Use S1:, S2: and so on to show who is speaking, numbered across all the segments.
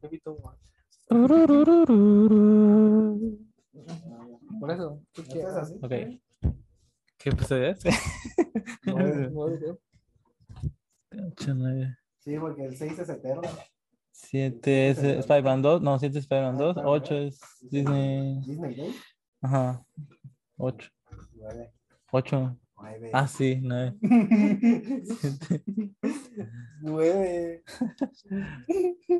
S1: Pepito Guzmán. Por eso, ¿qué Ah, quieres?
S2: así?
S1: Ok. ¿Qué episodio es?
S2: Nueve.
S1: Nueve,
S3: Ocho, nueve.
S2: Sí, porque el 6 es eterno.
S3: Siete es eh, Spider-Man 2. No, siete es Spider-Man
S2: Ah,
S3: 2.
S2: Spider-Man.
S3: Ocho es Disney.
S2: Disney Day. pues,
S3: Ajá. Ocho.
S2: 9.
S3: Ocho.
S2: 9.
S3: Ah, sí, nueve. Siete.
S2: 9.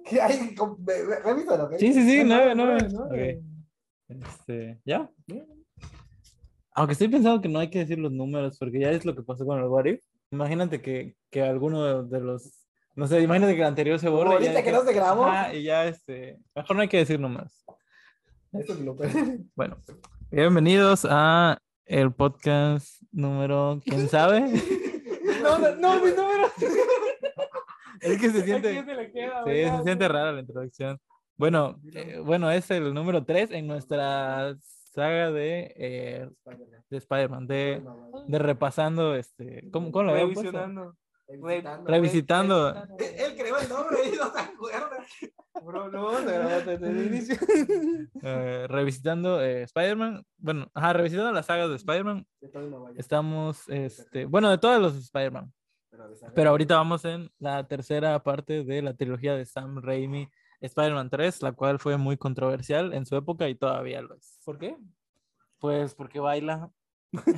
S2: ¿Qué hay? Con- ve- ve- Revísalo. ¿ok?
S3: Sí, sí, sí,
S1: Ah,
S3: nueve,
S1: nueve,
S3: nueve.
S1: nueve.
S3: Ok. Este, ¿ya? Aunque estoy pensando que no hay que decir los números, porque ya es lo que pasó con el What If. Imagínate que, que alguno de los. No sé, imagínate que el anterior se borra. y ya
S2: ahorita que
S3: dijeron-
S2: no se grabó.
S3: Ajá, y ya, este. Mejor no hay que decir números.
S2: Eso es lo peor.
S3: Bueno, bienvenidos a el podcast número. ¿Quién sabe?
S1: No, no, no, mis números.
S3: es que se siente.
S1: Aquí se le queda,
S3: Sí,
S1: ¿verdad?
S3: se siente rara la introducción. Bueno, eh, bueno, es el número 3 en nuestra saga de, eh, de Spider-Man, de, de repasando, este, ¿cómo, cómo lo habían puesto?
S1: Revisionando.
S2: Revisitando.
S1: Re-
S3: Revisitando.
S2: Él él creó el nombre y no se acuerda.
S1: Bro, no vamos a grabar desde el inicio.
S3: Eh, revisitando eh, Spider-Man, bueno, ajá, revisitando las sagas de Spider-Man,
S2: Estoy en Nueva York,
S3: estamos, este, bueno, de todos los Spider-Man,
S2: pero esa-
S3: pero ahorita vamos en la tercera parte de la trilogía de Sam Raimi, Spider-Man 3, la cual fue muy controversial en su época y todavía lo es.
S1: ¿Por qué?
S3: Pues porque baila,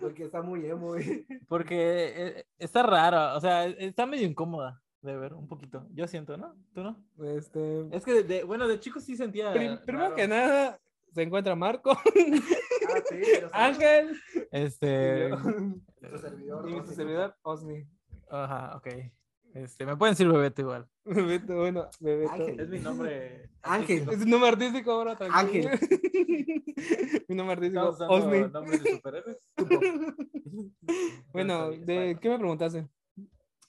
S2: Porque está muy emo. güey.
S3: Porque eh, está rara, o sea, e- está medio incómoda de ver, un poquito. Yo siento, ¿no? ¿Tú no?
S1: Este,
S3: Es que, de, de- bueno, de chico sí sentía.
S1: prim- primero
S3: raro.
S1: que nada, se encuentra Marco,
S2: Ah, sí, pero sí,
S1: Ángel
S3: Este.
S2: nuestro servidor,
S1: y
S2: ¿no?
S1: nuestro servidor Osni.
S3: Ajá, ok. Este, me pueden decir Bebeto igual.
S1: Bebeto, bueno, Bebeto.
S2: Ángel.
S3: mi nombre.
S2: Ángel.
S1: Es un nombre artístico, bro. tranquilo. Mi nombre artístico, Osni.
S3: nombres de superhéroes. Este,
S1: Bueno, de, ¿qué me preguntaste?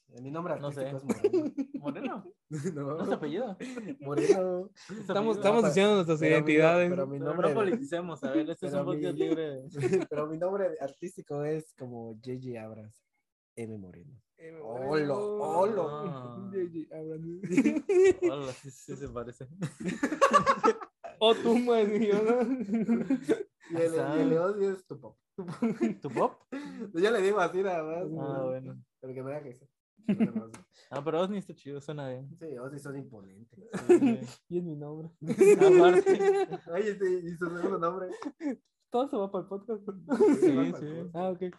S2: Eh, Mi nombre
S3: No sé.
S2: artístico es Moreno.
S3: Moreno.
S2: No,
S3: No es apellido.
S2: Moreno.
S1: Estamos,
S2: apellido.
S1: estamos
S2: No,
S1: diciendo nuestras
S2: pero mi no-
S1: identidades.
S2: pero mi
S3: Pero
S2: nombre
S3: no
S2: de-
S3: politicemos, a ver, este es
S2: Pero
S3: un
S2: mi-
S3: podcast libre. de-
S2: Pero mi nombre artístico es como JJ Abrams. M. Moreno.
S1: Eh, me
S2: Olo,
S1: parece-
S2: olo.
S3: Ah.
S1: Ye- ye- abra-
S3: Hola, sí, sí se parece.
S1: O tú, man, y yo, ¿no?
S2: Y el, y el odio es tu pop.
S3: ¿Tu pop?
S2: Yo le digo así nada más.
S3: Ah, bueno.
S2: Pero que me haga eso. No, no, no.
S3: Ah, pero Osni está chido, suena bien.
S2: Sí, Ozzy son imponentes.
S1: Y es mi nombre.
S3: Aparte, eh,
S2: Oye, sí, este, y su segundo nombre.
S1: Todo se va para el podcast.
S3: sí, sí.
S1: Ah, ok.
S3: Eh,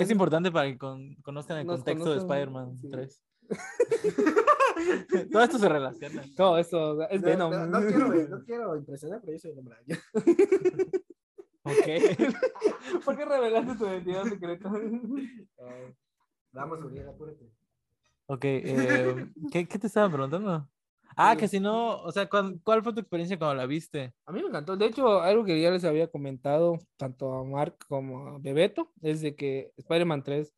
S3: Es importante para que con- conozcan el
S1: Nos
S3: contexto de
S1: conozcan,
S3: Spider-Man
S1: sí.
S3: 3. Todo esto se relaciona.
S1: Todo eso, o sea, es
S2: No,
S1: Venom.
S2: no, no quiero, no quiero impresionar, pero yo soy el hombre araña.
S3: Ok.
S1: ¿Por qué revelaste tu identidad secreta?
S2: Eh, Vamos a unir, apúrate.
S3: Ok, eh, ¿qué, qué te estaba preguntando? Ah,
S1: Pues
S3: que si no, o sea, ¿cuál, cuál fue tu experiencia cuando la viste?
S1: A mí me encantó. De hecho, algo que ya les había comentado tanto a Mark como a Bebeto es de que Spider-Man 3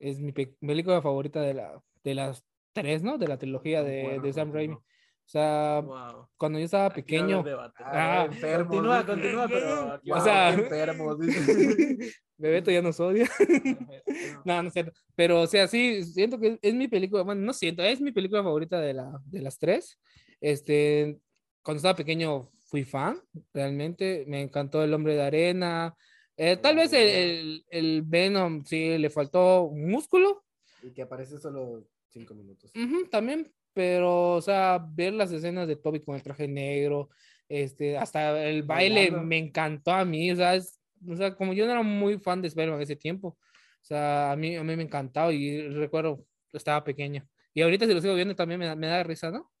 S1: es mi pe- película favorita de, la, de las tres, ¿no? De la trilogía
S2: Tan
S1: de,
S2: bueno
S1: de Sam
S2: contigo.
S1: Raimi. O sea,
S3: Wow.
S1: cuando yo estaba Ah, pequeño, Ah,
S2: enfermo.
S3: Continúa,
S2: dice.
S3: continúa, pero aquí
S1: O
S2: Guau,
S3: va-
S1: sea,
S2: qué enfermo. dice.
S1: Bebeto ya nos odia. No, no es cierto. Pero, o sea, sí, siento que es, es mi película, bueno, no siento, es mi película favorita de, la, de las tres. Este, cuando estaba pequeño fui fan, realmente me encantó El Hombre de Arena. Eh, tal vez el, el, el Venom, sí, le faltó un músculo
S2: Y que aparece solo cinco minutos.
S1: ujú, también, pero, o sea, ver las escenas de Toby con el traje negro, este, hasta el baile
S2: Bailando.
S1: me encantó a mí, o sea, es- o sea, como yo no era muy fan de Spider-Man en ese tiempo, o sea, a mí, a mí me encantaba y recuerdo, estaba pequeña. Y ahorita si lo sigo viendo también me da, me da risa, ¿no?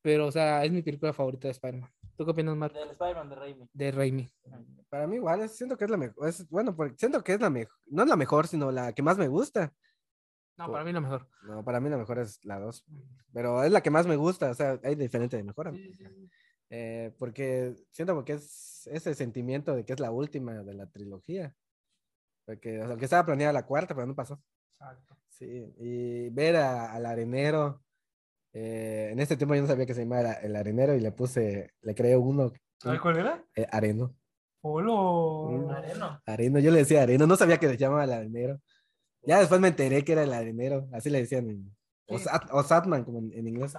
S1: Pero, o sea, es mi película favorita de Spider-Man. ¿Tú qué opinas, Marco?
S3: Del Spider-Man de Raimi.
S1: De Raimi.
S2: Para mí igual, es- siento que es la mejor. es- bueno, porque siento que es la mejor. No es la mejor, sino la que más me gusta.
S1: No,
S2: Por-
S1: para mí la mejor.
S2: No, para mí la mejor es la dos. Pero es la que más me gusta. O sea, hay diferente de mejora. Eh, porque siento porque es ese sentimiento de que es la última de la trilogía. Porque, o sea, que estaba planeada la cuarta, pero no pasó. Sí, y ver a- al arenero. eh, en este tiempo yo no sabía que se llamaba el arenero y le puse, le creé uno,
S1: ¿Sabes ¿Ah, cuál era?
S2: eh, areno.
S1: Polo.
S2: Areno, yo le decía areno, no sabía que le llamaba el arenero. Ya después me enteré que era el arenero, así le decían. en- o,
S1: Sí.
S2: Sat- o Satman, como en, en inglés.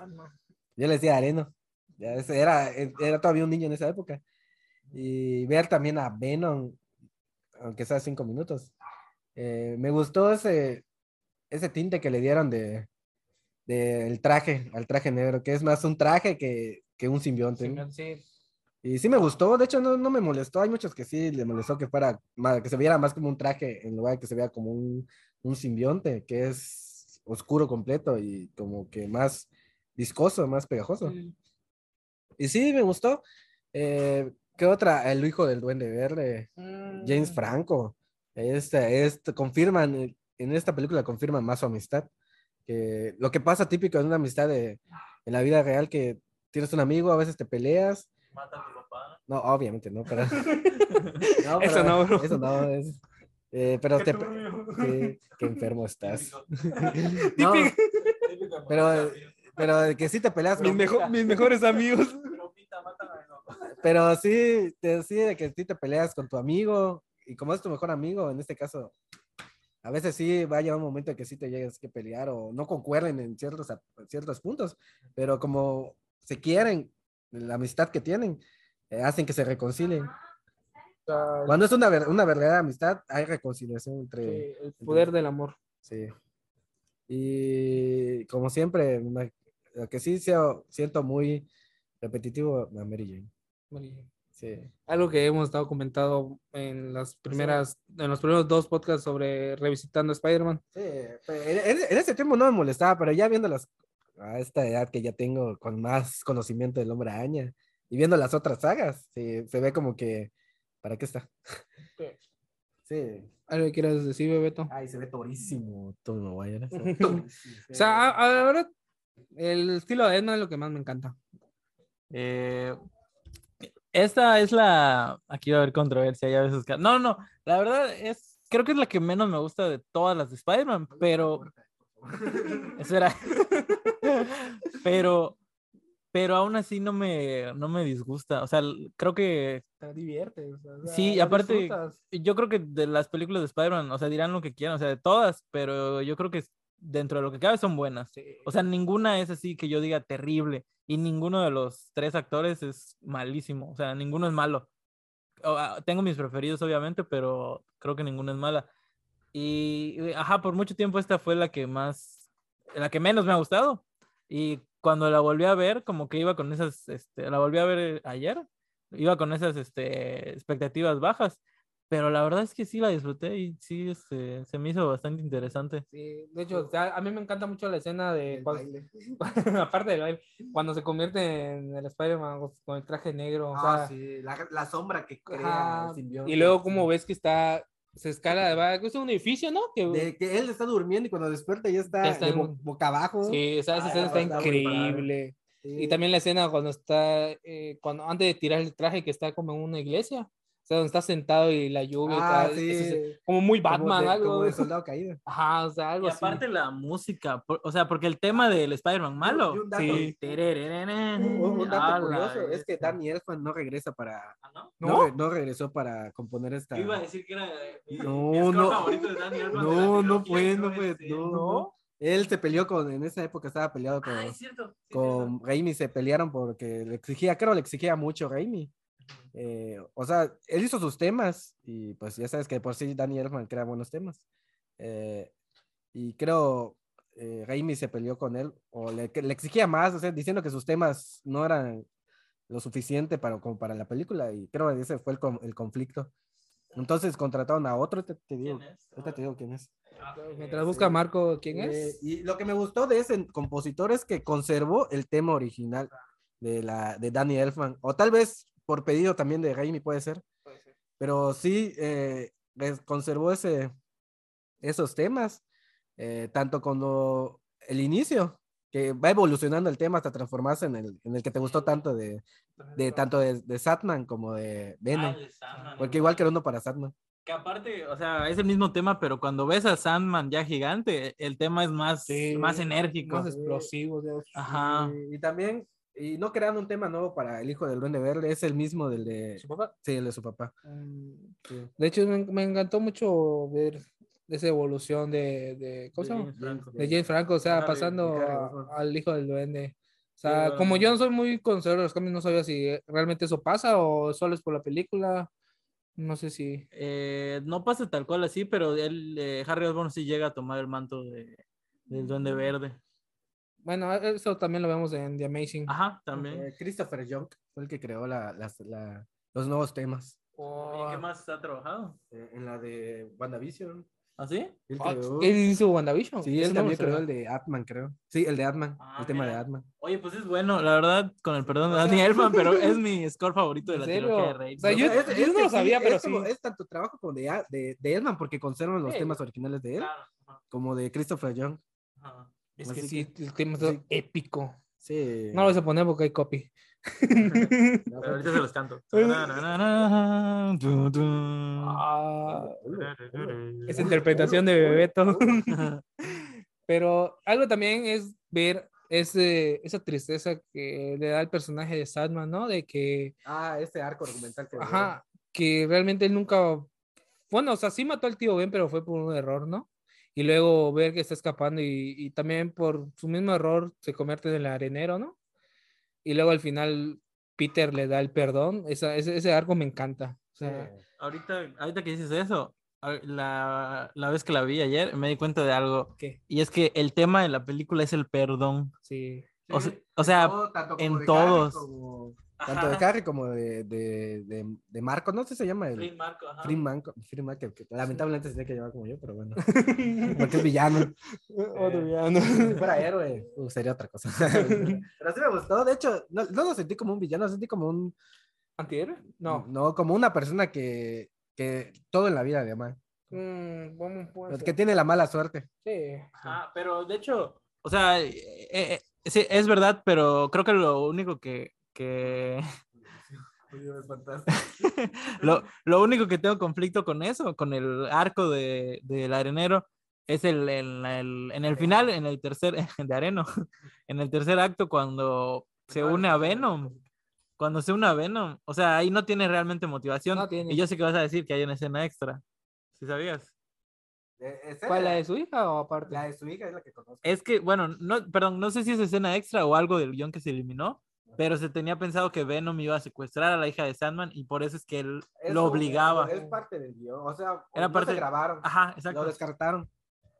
S2: Yo le decía areno. Ya ese era, era todavía un niño en esa época. Y ver también a Venom, aunque sea cinco minutos. Eh, me gustó ese, ese tinte que le dieron de, del traje, al traje negro, que es más un traje que, que un simbionte. ¿no?
S1: Sí.
S2: Y sí me gustó, de hecho no, no me molestó, hay muchos que sí le molestó que fuera, ma- que se viera más como un traje en lugar de que se vea como un, un simbionte, que es oscuro completo y como que más viscoso, más pegajoso. Y sí me gustó. Eh, ¿Qué otra? El hijo del duende verde,
S1: Mm.
S2: James Franco. Este, este, confirman, eh, en esta película confirman más su amistad. Que lo que pasa típico en una amistad de, en la vida real, que tienes un amigo, a veces te peleas.
S3: Mata a tu papá.
S2: No, obviamente no, pero.
S1: Eso
S2: No, pero-
S1: no, bro.
S2: Eso no es. eh, pero te.
S3: turbio.
S2: Qué, qué enfermo estás. No,
S1: Típico.
S3: Típico,
S2: Pero-
S3: mata a mi-
S2: pero de que sí te peleas
S1: mis,
S2: con.
S1: mejo- mis mejores amigos.
S3: pero pita, mátame a mi papá.
S2: Pero sí, te, sí, de que sí te peleas con tu amigo. Y como es tu mejor amigo, en este caso, a veces sí va a llegar un momento que sí te llegues que pelear o no concuerden en ciertos, a- ciertos puntos. Pero como se quieren, la amistad que tienen, eh, hacen que se reconcilien. Cuando es una, ver- una verdadera amistad, hay reconciliación entre.
S1: el poder del amor.
S2: Sí. Y como siempre, me- lo que sí sea- siento muy repetitivo, la Mary Jane. Sí.
S1: Algo que hemos estado comentando en las primeras, en los primeros dos podcasts sobre revisitando Spider-Man.
S2: Sí, pero en, en- en ese tiempo no me molestaba, pero ya viendo las a esta edad que ya tengo con más conocimiento del hombre araña y viendo las otras sagas, sí, se ve como que ¿para qué está? Sí.
S1: ¿Algo que quieras decir, Bebeto?
S2: Ay, se ve torísimo Tom Maguire.
S1: Ah, O sea, a- a- ahora el estilo de Edna es lo que más me encanta.
S3: Eh, esta es la. Aquí va a haber controversia, ya ves, Oscar. No, no, la verdad es. Creo que es la que menos me gusta de todas las de Spider-Man, pero. Espera. pero. Pero aún así no me, no me disgusta. O sea, l- creo que.
S1: Te diviertes.
S3: Sí, y aparte- Yo creo que de las películas de Spider-Man, o sea, dirán lo que quieran, o sea, de todas, pero yo creo que dentro de lo que cabe son buenas. O sea, ninguna es así que yo diga terrible. Y ninguno de los tres actores es malísimo. O sea, ninguno es malo. O, ah, tengo mis preferidos, obviamente, pero creo que ninguna es mala. Y, eh, ajá, por mucho tiempo esta fue la que más, la que menos me ha gustado. Y cuando la volví a ver, como que iba con esas, este, la volví a ver eh, ayer, iba con esas, este, expectativas bajas. Pero la verdad es que sí la disfruté y sí, este, se me hizo bastante interesante.
S1: Sí, de hecho, o sea, a mí me encanta mucho la escena de. cuan- aparte del baile, cuando se convierte en el Spider-Man con el traje negro. o sea,
S2: Ah, la, sombra que
S1: Ajá, Y luego, como ves que está. Se escala, va, es un edificio, ¿no? Que,
S2: De que él está durmiendo y cuando despierta ya está,
S1: Ya está
S2: de
S1: en-
S2: bo- boca abajo.
S1: Sí, o sea, esa
S2: Ah,
S1: escena está,
S2: está muy
S1: increíble. Y
S2: Sí.
S1: también la escena cuando está, eh, cuando antes de tirar el traje, que está como en una iglesia, o sea, donde está sentado y la lluvia, y
S2: Ah,
S1: tal,
S2: sí.
S1: eso es como muy
S2: Como
S1: Batman,
S2: de-
S1: algo.
S2: como de soldado caído.
S1: Ajá, o sea, algo
S3: Y
S1: así.
S3: aparte la música, por- o sea, porque el tema del Spider-Man malo.
S2: Y un dato-
S1: Sí.
S3: Terererene.
S2: un- un dato
S3: A Ah, la
S2: curioso es que
S3: bestia.
S2: Danny Elfman no regresa para.
S3: Ah, ¿no?
S2: No,
S1: ¿No?
S2: re- no regresó para componer esta.
S3: Yo iba a decir que era eh, mi,
S2: No,
S3: mi score
S2: no.
S3: favorito de Danny Elfman de la
S2: No, no
S3: trilogía,
S2: fue,
S3: creo,
S2: no fue.
S3: este.
S2: No, no. Él se peleó con. En esa época estaba peleado con.
S3: Ah, es cierto. sí, tienes
S2: con Raimi se pelearon porque le exigía, creo le exigía mucho Raimi. Eh, o sea, él hizo sus temas y pues ya sabes que de por sí Danny Elfman crea buenos temas. Eh, y creo eh, Raimi se peleó con él o le, que le exigía más, o sea, diciendo que sus temas no eran lo suficiente para, como para la película y creo que ese fue el, con- el conflicto. Entonces contrataron a otro, te, te
S3: razón.
S2: digo,
S3: ¿Quién es?
S2: ahorita te digo quién es.
S3: Ah,
S1: Mientras
S3: eh,
S1: busca
S2: sí.
S1: Marco, ¿quién
S2: Eh,
S1: es?
S2: y lo que me gustó de ese compositor es que conservó el tema original de, la, de Danny Elfman, o tal vez por pedido también de Raimi puede ser, pero sí eh, res- conservó ese, esos temas, eh, tanto cuando el inicio, que va evolucionando el tema hasta transformarse en el, en el que te gustó tanto de, de tanto de, de Satman como de
S3: ah,
S2: Venom,
S3: el de Sandman.
S2: porque igual que era uno para Satman.
S3: Que aparte, o sea, es el mismo tema, pero cuando ves a Sandman ya gigante, el tema es más,
S1: Sí.
S3: más enérgico.
S1: Más explosivo, Dios.
S3: Ajá.
S2: Y, y también, y no crearon un tema nuevo para El Hijo del Duende Verde, es el mismo del de,
S1: Su papá.
S2: sí, el de su papá.
S1: Mm,
S2: Sí.
S1: De hecho, me, me encantó mucho ver esa evolución de, de ¿cómo se llama?
S3: James Franco.
S1: De James Franco, o sea,
S3: Harry,
S1: pasando
S2: Harry
S1: a-
S2: Osborn.
S1: al hijo del duende. sea,
S3: bueno.
S1: como yo no soy muy conocedor de los cómics, no sabía si realmente eso pasa o solo es por la película. No sé si.
S3: Eh, no pasa tal cual así, pero él, eh, Harry Osborn sí llega a tomar el manto de, del Duende Verde.
S1: Bueno, eso también lo vemos en The Amazing.
S3: Ajá, también.
S2: Eh, Christopher Young fue el que creó la- las- la- los nuevos temas.
S1: Oh,
S3: ¿Y qué más ha trabajado?
S2: Eh, en la de WandaVision.
S3: ¿Así?
S2: Él
S1: Ah,
S2: creó-
S1: ¿Él hizo WandaVision?
S2: Sí,
S1: Eso
S2: él
S1: no
S2: también
S1: lo sabía.
S2: creó el de Atman, creo. Sí, el de Atman,
S3: Ah,
S2: el tema de
S3: mira.
S2: Atman.
S3: Oye, pues es bueno, la verdad, con el perdón de
S1: O sea-
S3: Danny Elfman, pero es mi score favorito de
S1: ¿En
S3: la
S1: serio?
S3: trilogía de Rey.
S1: O sea, yo-
S2: Es- es
S1: no
S2: que
S1: lo sabía,
S2: es
S1: pero
S2: como-
S1: sí.
S2: Es tanto trabajo como de, A- de, de Edman, porque conservan los
S1: Sí.
S2: temas originales de él,
S3: Claro, ajá,
S2: como de Christopher Young.
S3: ajá. Pues
S1: Es que
S2: Así
S1: sí, el tema está
S2: sí.
S1: épico.
S2: Sí.
S1: No lo vas a poner porque hay copy.
S2: No,
S3: Pero ahorita se los canto.
S1: Ah, es
S2: Uy,
S1: interpretación
S2: uy,
S1: de
S2: uy,
S1: Bebeto.
S2: uy.
S1: Pero algo también es ver ese, esa tristeza que le da el personaje de Sadman, ¿no? De que,
S2: Ah, ese arco argumental que.
S1: ajá, que realmente él nunca, bueno, o sea, sí mató al tío Ben, pero fue por un error, ¿no? Y luego ver que está escapando y, y también por su mismo error se convierte en el arenero, ¿no? Y luego al final Peter le da el perdón. Esa- ese, ese arco me encanta. O sea,
S2: Sí.
S3: Ahorita, ahorita que dices eso, a- la, la vez que la vi ayer me di cuenta de algo.
S1: ¿qué?
S3: Y es que el tema de la película es el perdón.
S1: Sí.
S3: O,
S2: Sí,
S3: se- o sea,
S2: todo, tanto como
S3: en
S2: de Harry
S3: todos.
S2: como- Tanto de Harry como de, de, de, de Marco, no sé si se llama el.
S3: Marco, ajá.
S2: Free Manco, Free Man, que, que lamentablemente se tiene que llamar como yo, pero bueno. Porque es villano.
S1: Otro
S2: Eh,
S1: villano.
S2: Si fuera héroe, uh, sería otra cosa. pero sí me gustó. De hecho, no, no lo sentí como un villano, lo sentí como un.
S1: ¿Antihéroe? No.
S2: No, como una persona que. que todo en la vida,
S3: Ah,
S2: además.
S1: Mm, vamos, pues,
S2: Que tiene la mala suerte.
S1: sí.
S3: Ajá, pero de hecho, o sea, eh, eh, sí, es verdad, pero creo que lo único que, que lo, lo único que tengo conflicto con eso, con el arco de, del arenero, es el, el- el- en el final, en el tercer, de areno, en el tercer acto cuando
S2: Pues
S3: se une a Venom. Cuando se une a Venom, o sea, ahí no tiene realmente motivación.
S1: No tiene.
S3: Y yo sé que vas a decir que hay una escena extra. ¿Sí sabías?
S2: Eh,
S1: ¿Cuál, la de su hija o aparte?
S2: La de su hija es la que conozco.
S3: Es que, bueno, no, perdón, no sé si es escena extra o algo del guión que se eliminó, pero se tenía pensado que Venom iba a secuestrar a la hija de Sandman y por eso es que él lo obligaba.
S2: Es parte del guión. O sea,
S3: Era
S2: no
S3: parte-
S2: se grabaron.
S3: Ajá,
S2: Lo
S3: exacto.
S2: descartaron.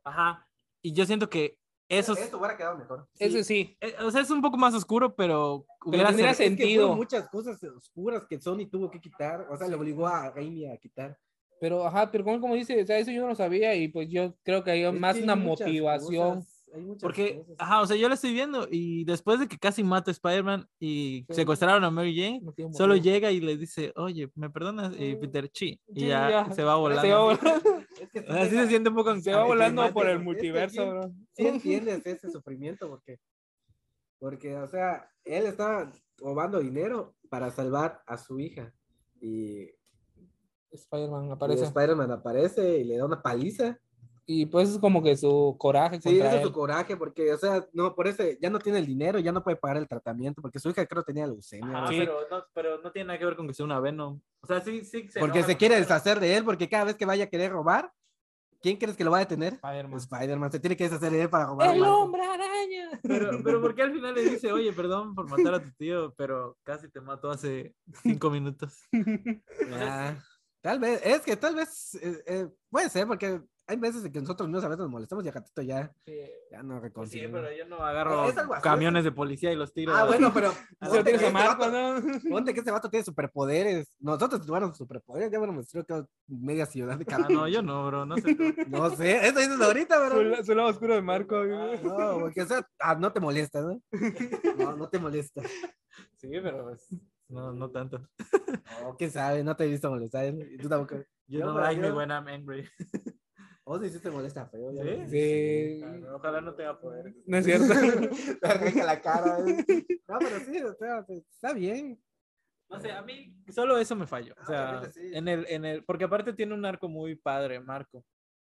S3: Ajá. Y yo siento que eso, es-
S2: Esto hubiera quedado mejor.
S1: Ese sí.
S3: eh, o sea, es un poco más oscuro, pero hubiera
S1: tendría
S3: ser-
S1: sen- sentido.
S2: fueron muchas cosas oscuras que Sony tuvo que quitar. O sea, le obligó a Raimi a quitar.
S1: Pero, ajá, pero como, como dice, o sea, eso yo no lo sabía y pues yo creo que hay
S2: Es
S1: más
S2: que hay
S1: una
S2: muchas
S1: motivación.
S2: cosas, hay muchas
S3: Porque,
S2: cosas.
S3: ajá, o sea, yo la estoy viendo y después de que casi mata a Spider-Man y
S1: Sí.
S3: secuestraron a Mary Jane,
S1: no tiene
S3: solo
S1: motivo.
S3: llega y le dice, oye, ¿me perdonas? Y
S1: Mm,
S3: Peter Chi. Y
S1: Sí,
S3: ya, se va volando.
S1: Se va volando,
S2: Es que sí
S3: Así
S2: llega-
S3: se siente un poco
S1: se va
S2: Ay,
S1: volando
S2: mate,
S1: por el
S2: este
S1: multiverso,
S2: tiene-
S1: bro.
S2: sí entiendes ese sufrimiento porque, porque, o sea, él estaba robando dinero para salvar a su hija. Y,
S1: Spider-Man
S2: y
S1: aparece.
S2: Spider-Man aparece y le da una paliza.
S1: Y pues es como que su coraje
S2: Sí,
S1: contra
S2: ese es
S1: él.
S2: su coraje porque, o sea, no, por ese ya no tiene el dinero, ya no puede pagar el tratamiento porque su hija creo tenía leucemia.
S3: Ajá,
S2: ¿no?
S1: Sí.
S3: pero, no, pero no tiene nada que ver con que sea una Venom. O sea, sí, sí.
S2: Porque
S3: enoja
S2: se
S3: con
S2: quiere
S3: Venom.
S2: deshacer de él porque cada vez que vaya a querer robar, ¿quién crees que lo va a detener?
S1: Spider-Man.
S2: Spider-Man se tiene que deshacer de él para robar.
S1: El
S2: más.
S1: hombre araña.
S3: Pero, pero porque al final le dice, oye, perdón por matar a tu tío, pero casi te mató hace cinco minutos.
S2: Ah, tal vez, es que tal vez eh, eh, puede ser, porque hay veces en que nosotros mismos a veces nos molestamos y a ratito ya, ya no
S3: Sí,
S2: reconciliamos.
S3: pero yo no agarro
S2: Es algo así,
S3: camiones de policía y los tiro.
S2: Ah, bueno, pero.
S1: Se lo tienes a
S2: este
S1: Marco,
S2: vato-
S1: ¿no?
S2: Ponte que este vato tiene superpoderes. Nosotros tuviéramos superpoderes. Ya bueno, me creo media ciudad de
S3: Ah,
S2: cada
S3: no, yo no, bro, no sé. tú.
S2: No sé, eso dices ahorita,
S1: Su,
S2: pero.
S1: la- su lado oscuro de Marco. güey.
S2: No, porque o sea, ah, no te molesta, ¿no? No, no te molesta.
S3: Sí, pero pues, no, no tanto.
S2: No, quién sabe, no te he visto molestar. ¿eh? Tú tampoco.
S3: You
S2: Yo,
S3: don't
S2: pero
S3: like me
S2: yo-
S3: when I'm angry.
S2: O si sí te molesta feo. ya
S3: ¿Sí?
S2: ves.
S1: Sí.
S3: Ojalá no tenga poder.
S1: No es cierto.
S2: Te arranca la cara. ¿eh? No, pero sí, o sea, pues, está bien.
S3: No sé, a mí solo eso me falló. O
S2: Ah,
S3: sea,
S2: obviamente sí.
S3: en el, en el, porque aparte tiene un arco muy padre, Marco.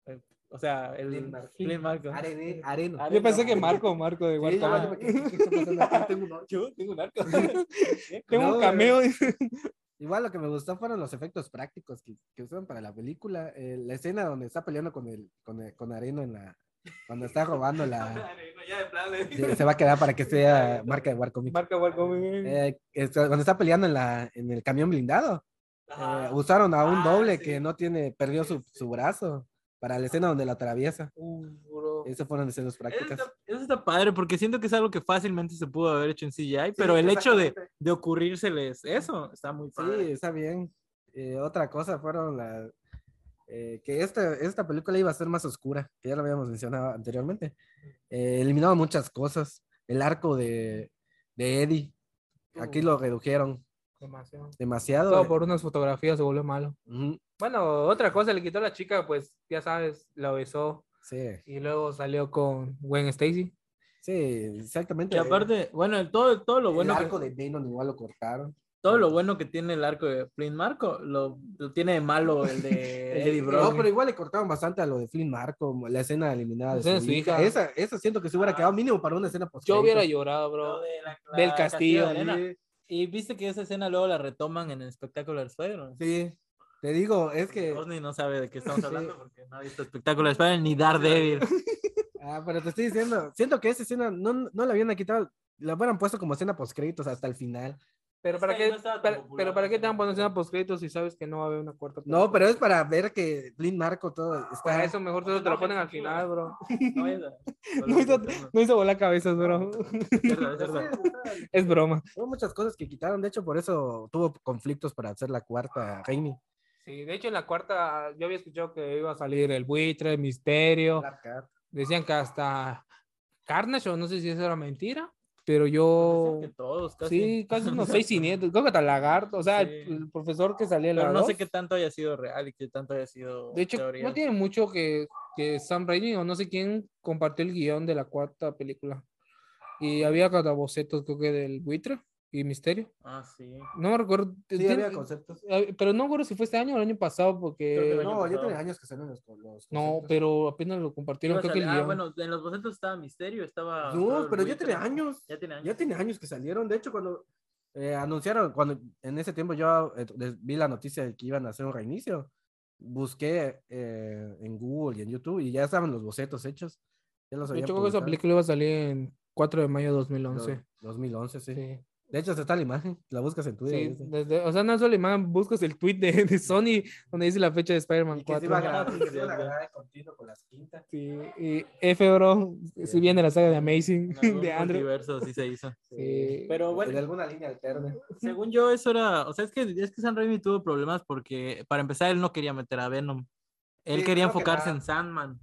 S3: Eh, O sea, el
S2: Flynn Marco.
S3: Flynn Marco.
S2: Arene, areno.
S3: Are-
S1: Yo pensé que Marco, Marco de
S2: Sí, yo
S1: Warcraft.
S2: me quedé, ¿qué está pasando aquí? Tengo un ocho.
S3: Yo tengo un arco.
S1: Tengo
S2: No,
S1: un
S2: güey.
S1: cameo.
S2: Igual lo que me gustó fueron los efectos prácticos que, que usaron para la película. Eh, la escena donde está peleando con el, con el- con Areno en la, Cuando está robando la...
S3: Ya de plan le dice.
S2: Se va a quedar para que sea marca de Warcomic.
S1: Marca Warcomic.
S2: Eh, está- cuando está peleando en, la, en el camión blindado. eh,
S3: Ajá.
S2: usaron a un
S3: Ah,
S2: doble
S3: sí.
S2: que no tiene, perdió su, su brazo para la escena donde lo atraviesa.
S1: Uh, bro.
S2: Esas fueron escenas
S3: Eso
S2: prácticas.
S3: está, eso está padre porque siento que es algo que fácilmente se pudo haber hecho en CGI, pero
S2: Sí,
S3: el hecho de, de ocurrírseles eso está muy
S2: Sí,
S3: padre.
S2: está bien. Eh, otra cosa fueron la eh, que esta, esta película iba a ser más oscura, que ya lo habíamos mencionado anteriormente. Eh, eliminaron muchas cosas. El arco de, de Eddie,
S1: uh,
S2: aquí lo redujeron
S1: Demasiado.
S2: demasiado.
S1: Todo por unas fotografías se volvió malo.
S2: Ujú,
S1: Bueno, otra cosa, le quitó a la chica, pues ya sabes, la besó
S2: sí,
S1: y luego salió con Gwen Stacy.
S2: sí, exactamente.
S3: Que aparte, bueno, el- todo, todo lo bueno
S2: el
S3: que,
S2: arco de Venom igual lo cortaron.
S3: todo lo bueno que tiene el arco de Flint Marco lo, lo tiene de malo el de Eddie Brock.
S2: No, pero igual le cortaron bastante a lo de Flynn Marco, la escena eliminada de
S1: La escena
S2: su
S1: de su
S2: hija.
S1: hija.
S2: Esa, esa siento que se hubiera
S3: Ah.
S2: quedado mínimo para una escena post
S1: Yo hubiera llorado, bro. Del castillo.
S3: de arena.
S1: sí.
S3: Y viste que esa escena luego la retoman en el espectáculo del Spider-Man.
S2: Sí, te digo, es que.
S3: Osni no sabe de qué estamos
S2: Sí.
S3: hablando porque no ha visto espectáculo del Spider-Man ni Daredevil.
S2: Ah, pero te estoy diciendo, siento que esa escena no, no la habían quitado, la hubieran puesto como escena post-créditos hasta el final.
S1: Pero para
S3: Esta
S1: qué,
S3: no estaba tan
S1: para-
S3: popular,
S1: pero para qué te
S3: ¿no?
S1: van a poner una postcrédito si sabes que no va a haber una cuarta.
S2: No,
S1: película?
S2: pero es para ver que Blin Marco todo está.
S1: Para eso mejor te,
S3: No,
S1: te lo
S3: no,
S1: ponen al
S3: tranquilo.
S1: final, bro.
S3: No, es-
S1: No hizo- No hizo volar cabezas, bro.
S3: es verdad, es
S2: Pero sí,
S3: verdad.
S2: o sea,
S1: Es broma.
S2: Hubo muchas cosas que quitaron, de hecho, por eso tuvo conflictos para hacer la cuarta Raimi.
S1: Sí, de hecho en la cuarta yo había escuchado que iba a salir el buitre, el misterio.
S2: Black Cat.
S1: Decían que hasta Carnage, o no sé si eso era mentira, pero yo...
S3: Dicen que todos, casi.
S1: Sí, casi unos seis y nietos, creo que hasta lagarto, o sea, el-
S3: Sí.
S1: el, profesor que salía en la
S3: Pero no sé
S1: dos.
S3: qué tanto haya sido real y qué tanto haya sido
S1: De hecho,
S3: teoría.
S1: no tiene mucho que, que Sam Raimi o no sé quién compartió el guión de la cuarta película. Y había catabocetos, creo que del buitre y misterio.
S3: Ah, sí.
S1: No me recuerdo.
S2: Sí,
S1: tiene-
S2: había conceptos.
S1: eh, Pero no me acuerdo si fue este año o el año pasado,
S3: Creo
S1: porque.
S3: que el año
S2: No, yo
S3: pasado.
S2: tenía años que salieron los, los
S1: No,
S2: conceptos.
S1: pero apenas lo compartieron,
S3: Iba a
S1: creo que el
S3: salir- ah,
S1: guión.
S3: bueno, en los bocetos estaba Misterio, estaba...
S2: No,
S3: estaba el
S2: pero yo
S3: buitre.
S2: tenía años.
S3: Ya tiene años.
S2: Ya tiene años que salieron. De hecho, cuando eh, anunciaron, cuando en ese tiempo yo eh, les vi la noticia de que iban a hacer un reinicio, busqué eh, en Google y en YouTube y ya estaban los bocetos hechos. Ya los
S1: de
S2: habían
S1: hecho, creo que esa
S2: publicado.
S1: película iba a salir en 4 de mayo de
S2: Do-
S1: 2011.
S2: 2011, sí.
S1: Sí.
S2: De hecho, hasta está la imagen. La buscas en Twitter.
S1: Sí,
S2: y dice-
S1: desde- o sea, no solo imagen, buscas el tweet de, de Sony donde dice la fecha de Spider-Man
S2: Y que
S1: 4.
S2: se iba a
S3: cuatro. Ah,
S2: grabar- que se iban a
S3: Sí,
S2: grabar en continuo con las quintas.
S1: Sí, y F, bro, si viene la saga de Amazing,
S3: En algún
S1: de Andrew.
S3: multiverso así se hizo. Pues
S1: Sí.
S3: Pero bueno.
S2: De alguna línea alterna.
S3: Según yo, eso era... O sea, es que, es que San Raimi tuvo problemas porque, para empezar, él no quería meter a Venom. Él quería
S2: Sí, creo que
S3: enfocarse
S2: nada.
S3: en Sandman.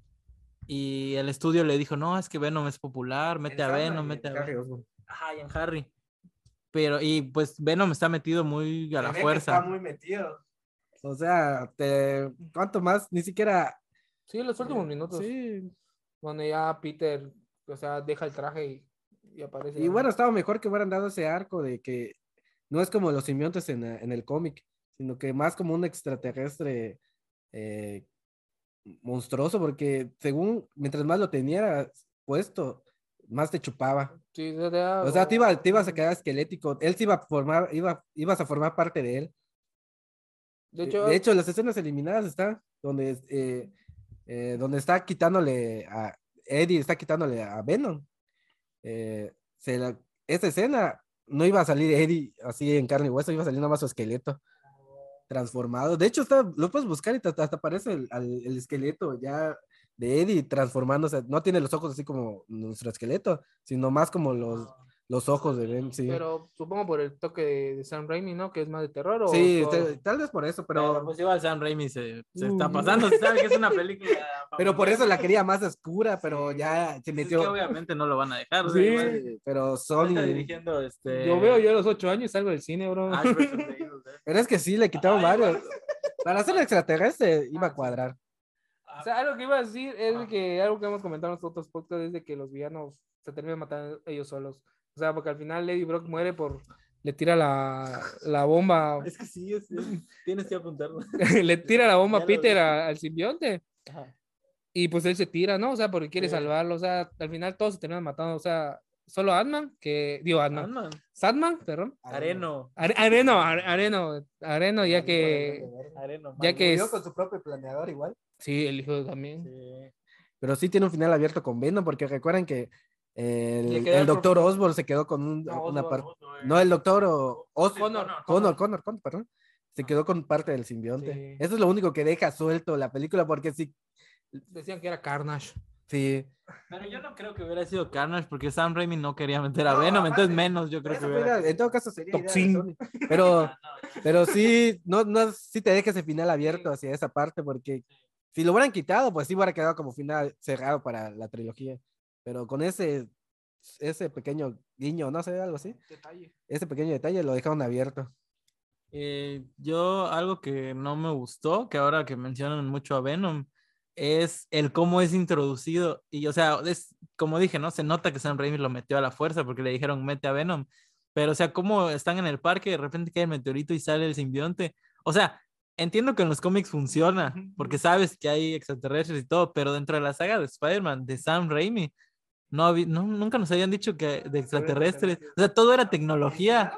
S3: Y el estudio le dijo, no, es que Venom es popular, mete a Venom, mete a Venom. Ajá, y en Harry. Pero, y pues Venom está metido muy a la fuerza.
S2: muy metido. O sea, te... ¿cuánto más? Ni siquiera.
S1: Sí, los últimos minutos.
S2: Sí,
S1: Donde ya Peter, o sea, deja el traje y, y aparece.
S2: Y bueno, estaba mejor que hubieran dado ese arco de que no es como los simbiontes en, eh, en el cómic, sino que más como un extraterrestre eh, monstruoso, porque según, mientras más lo tenías puesto, más te chupaba.
S1: Sí, o sea,
S2: O sea, te, iba- te ibas a quedar esquelético, él se iba a formar, iba, ibas a formar parte de él.
S1: De
S2: Eh, De
S1: hecho,
S2: hecho, las escenas eliminadas está donde, eh, eh, donde está quitándole a Eddie, está quitándole a Venom. Eh, se la- esa escena no iba a salir Eddie así en carne y hueso, iba a salir nada más su esqueleto transformado. De hecho, está, lo puedes buscar y hasta, hasta aparece el, al- el esqueleto ya de Eddie transformándose. No tiene los ojos así como nuestro esqueleto, sino más como los, los ojos de Venom. Sí,
S1: pero supongo por el toque de, de Sam Raimi, ¿no? Que es más de terror. O
S2: sí
S1: o-
S2: tal, tal vez por eso,
S3: Pero,
S2: pero...
S3: pues igual Sam Raimi se, se está
S1: Mm.
S3: pasando, se sabe que es una película.
S2: Pero
S4: Pues,
S2: por eso
S3: familiar.
S2: la quería más oscura, pero ya se
S3: Es que
S2: metió.
S3: obviamente no lo van a dejar. o sea,
S1: Sí.
S3: igual
S2: Sí, pero Sony.
S3: está dirigiendo este.
S1: Yo veo yo a los 8 años salgo del cine, bro.
S3: Ash versus the Evil Dead.
S2: Pero es que sí, le quitaron
S3: Ay,
S2: varios.
S3: bueno.
S2: Para hacer
S4: Ah,
S2: extraterrestre iba a cuadrar.
S1: O sea, algo que iba a decir es de que algo que hemos comentado en los otros podcasts es de que los villanos se terminan matando ellos solos. O sea, porque al final Lady Brock muere por. Le tira la, la bomba.
S3: Es que sí, es- es- tienes que apuntarlo.
S1: le tira la bomba a
S3: Ya lo
S1: Peter
S3: dije.
S1: a- al simbionte. Y pues él se tira, ¿no? O sea, porque quiere
S3: Sí.
S1: salvarlo. O sea, al final todos se terminan matando. O sea, solo Ant-Man, que. Digo, Ant-Man.
S3: Ant-Man,
S1: Sandman, perdón.
S3: Areno.
S1: Are- Areno, Are- Areno, Areno,
S2: Ah,
S1: ya que.
S3: Areno.
S1: Ya
S3: Mike.
S1: que es.
S2: su propio planeador igual.
S1: Sí, el hijo también.
S3: Sí.
S2: Pero sí tiene un final abierto con Venom, porque recuerdan que
S4: Le
S2: el,
S4: queda
S2: el
S4: el
S2: doctor
S4: profesor.
S2: Osborn se quedó con un-
S4: No,
S2: una
S4: Osborn,
S2: parte.
S4: Osborn,
S2: No, el doctor o Os-
S4: Connor,
S2: Connor, Connor,
S4: Connor. Ah.
S2: Connor, perdón. Se quedó con parte del simbionte.
S4: Sí.
S2: Eso es lo único que deja suelto la película, porque sí,
S1: Decían que era Carnage.
S2: sí.
S3: Pero yo no creo que hubiera sido Carnage porque Sam Raimi no quería meter a
S2: No,
S3: Venom,
S2: aparte,
S3: entonces menos yo creo que
S2: Eso
S3: hubiera.
S2: fuera- en todo caso sería idea de
S1: Toxin.
S2: Sony. Pero, pero sí, no, no, sí te deja ese final abierto hacia esa parte, porque si lo hubieran quitado, pues sí hubiera quedado como final cerrado para la trilogía. Pero con ese, ese pequeño guiño, no sé, algo así,
S4: Detalle.
S2: ese pequeño detalle lo dejaron abierto.
S3: Eh, yo algo que no me gustó, que ahora que mencionan mucho a Venom, es el cómo es introducido. Y o sea, es como dije, ¿no? Se nota que Sam Raimi lo metió a la fuerza porque le dijeron mete a Venom. Pero o sea, cómo están en el parque, de repente cae el meteorito y sale el simbionte. O sea, entiendo que en los cómics funciona porque sabes que hay extraterrestres y todo, pero dentro de la saga de Spider-Man, de Sam Raimi, no, habí- no- nunca nos habían dicho que de extraterrestres. O sea, todo era tecnología.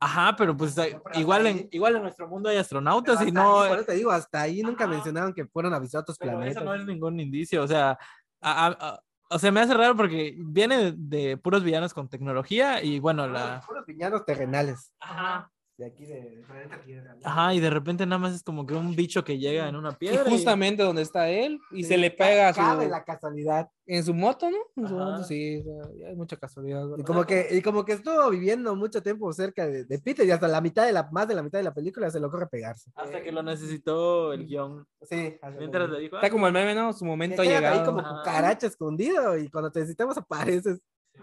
S3: Ajá, pero pues a- igual en, igual en nuestro mundo hay astronautas y no,
S2: Por eso te digo, hasta ahí nunca
S3: Ajá.
S2: mencionaron que fueron avisados a otros
S3: pero eso
S2: planetas.
S3: no es ningún indicio, o sea, a- a- a- o sea, me hace raro porque viene de puros villanos con tecnología y bueno, la...
S2: Fueron viñados terrenales.
S3: Ajá.
S2: De aquí de planeta Tierra.
S3: Ajá, y de repente nada más es como que un bicho que llega en una
S1: Y
S3: piedra. y-
S1: justamente donde está él, y se le pega a su-
S2: Cabe la casualidad.
S1: en su moto, ¿no? En su
S3: Ajá.
S1: moto, sí, o sea, ya hay mucha casualidad.
S2: Y
S1: ¿verdad?
S2: como que, y como que estuvo viviendo mucho tiempo cerca de, de Peter y hasta la mitad de la, más de la mitad de la película se le ocurre pegarse.
S3: Hasta que lo necesitó el guión.
S2: Sí.
S3: Mientras le dijo... "Ah,
S1: Está como el meme, ¿no? Su momento ha
S2: ahí
S1: llegado.
S2: como
S3: Ajá.
S2: cucaracha escondido y cuando te necesitamos apareces.
S3: "Ah,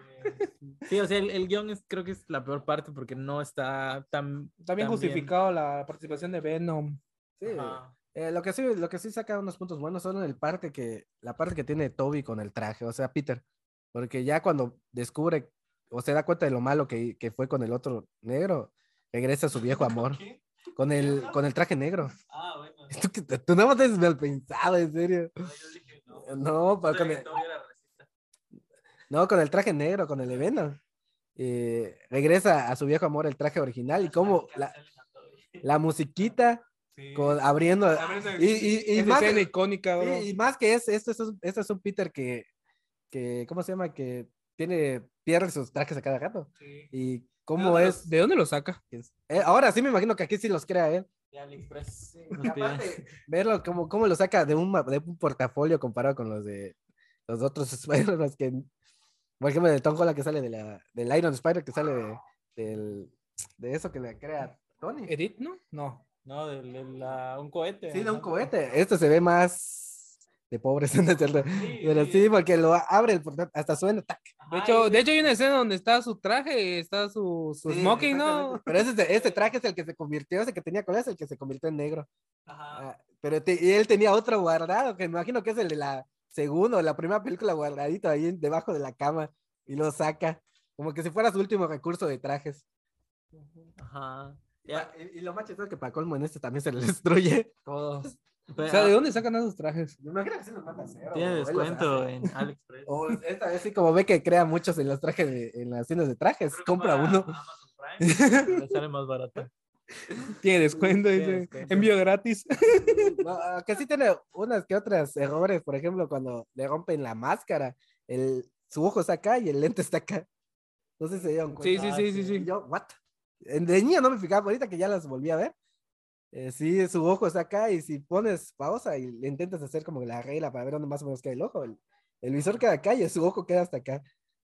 S3: Sí, o sea, el, el guión es, creo que es la peor parte porque no está tan...
S1: Está
S3: también.
S1: bien justificado la participación de Venom.
S2: Sí.
S3: Ajá.
S2: Eh, lo que sí, lo que sí saca unos puntos buenos son el parte que, la parte que tiene Toby con el traje, o sea, Peter. Porque ya cuando descubre o se da cuenta de lo malo que, que fue con el otro negro, regresa a su viejo amor. Con el, con el traje negro.
S3: Ah, bueno.
S2: Tú, que- tú nada más eres mal pensado, en serio.
S3: Yo dije, no.
S2: No, pa- con el- No, con el traje negro, con el Eveno. Eh, regresa a su viejo amor el traje original y como
S3: Ah,
S2: la, la musiquita con- abriendo. Y, y- y
S1: Esa
S2: más,
S1: escena icónica, bro.
S2: y- y más que es, esto es un, esto es un Peter que, que, ¿cómo se llama? Que tiene, pierde sus trajes a cada rato. Y cómo
S1: ¿De-
S2: es.
S1: ¿De dónde lo saca?
S2: Eh, ahora sí me imagino que aquí sí los crea él.
S3: Nos piden.
S2: Verlo, cómo, cómo lo saca de un, ma- de un portafolio comparado con los de los otros Spider-Man que. Por ejemplo, de Tom Holland que sale de la, del Iron Spider que sale de, del- de eso que le crea Tony.
S1: ¿Edith, no? No.
S3: No, de, de la- un cohete.
S2: Sí, de un
S3: ¿no?
S2: cohete. Esto se ve más de pobres, ¿no es cierto? Pero
S3: sí.
S2: sí, porque lo abre el portal, hasta suena. tac.
S3: Ajá,
S1: De hecho,
S3: y-
S1: de hecho hay una escena donde está su traje, está su, su
S2: Sí,
S1: smoking, Pues ¿no?
S2: exactamente. Pero ese, es de- ese traje es el que se convirtió, ese que tenía cola es el que se convirtió en negro.
S3: ajá.
S2: Ah, pero te- y él tenía otro guardado, que me imagino que es el de la segunda o la primera película guardadito ahí debajo de la cama y lo saca. Como que si fuera su último recurso de trajes.
S3: Ajá. Ya,
S2: Y, y lo más chistoso es que para colmo en este también se le destruye.
S1: Todos.
S3: pero-
S1: O sea, ¿de dónde sacan esos trajes?
S2: Me imagino que se los manda a cero.
S3: Tiene
S2: o él los
S3: descuento
S2: hace.
S3: en AliExpress.
S2: O esta vez sí, como ve que crea muchos en los trajes, de- en las tiendas de trajes,
S3: Creo que
S2: compra
S3: para
S2: uno.
S3: Amazon Prime, le sale más barato.
S1: Tiene descuento,
S3: Tiene
S1: dice,
S3: descuento.
S1: envío gratis.
S2: No, ah, que sí tiene unas que otras errores, por ejemplo, cuando le rompen la máscara, el, su ojo está acá y el lente está acá. No sé si se dieron
S1: Sí,
S2: cuenta.
S1: sí,
S3: Ah,
S1: sí, sí,
S3: sí.
S1: sí.
S2: Y yo, ¿what? En- De niño no me fijaba, ahorita que ya las volví a ver. eh, sí, su ojo está acá y si pones pausa y le intentas hacer como la regla para ver dónde más o menos queda el ojo, el, el visor queda acá y su ojo queda hasta acá.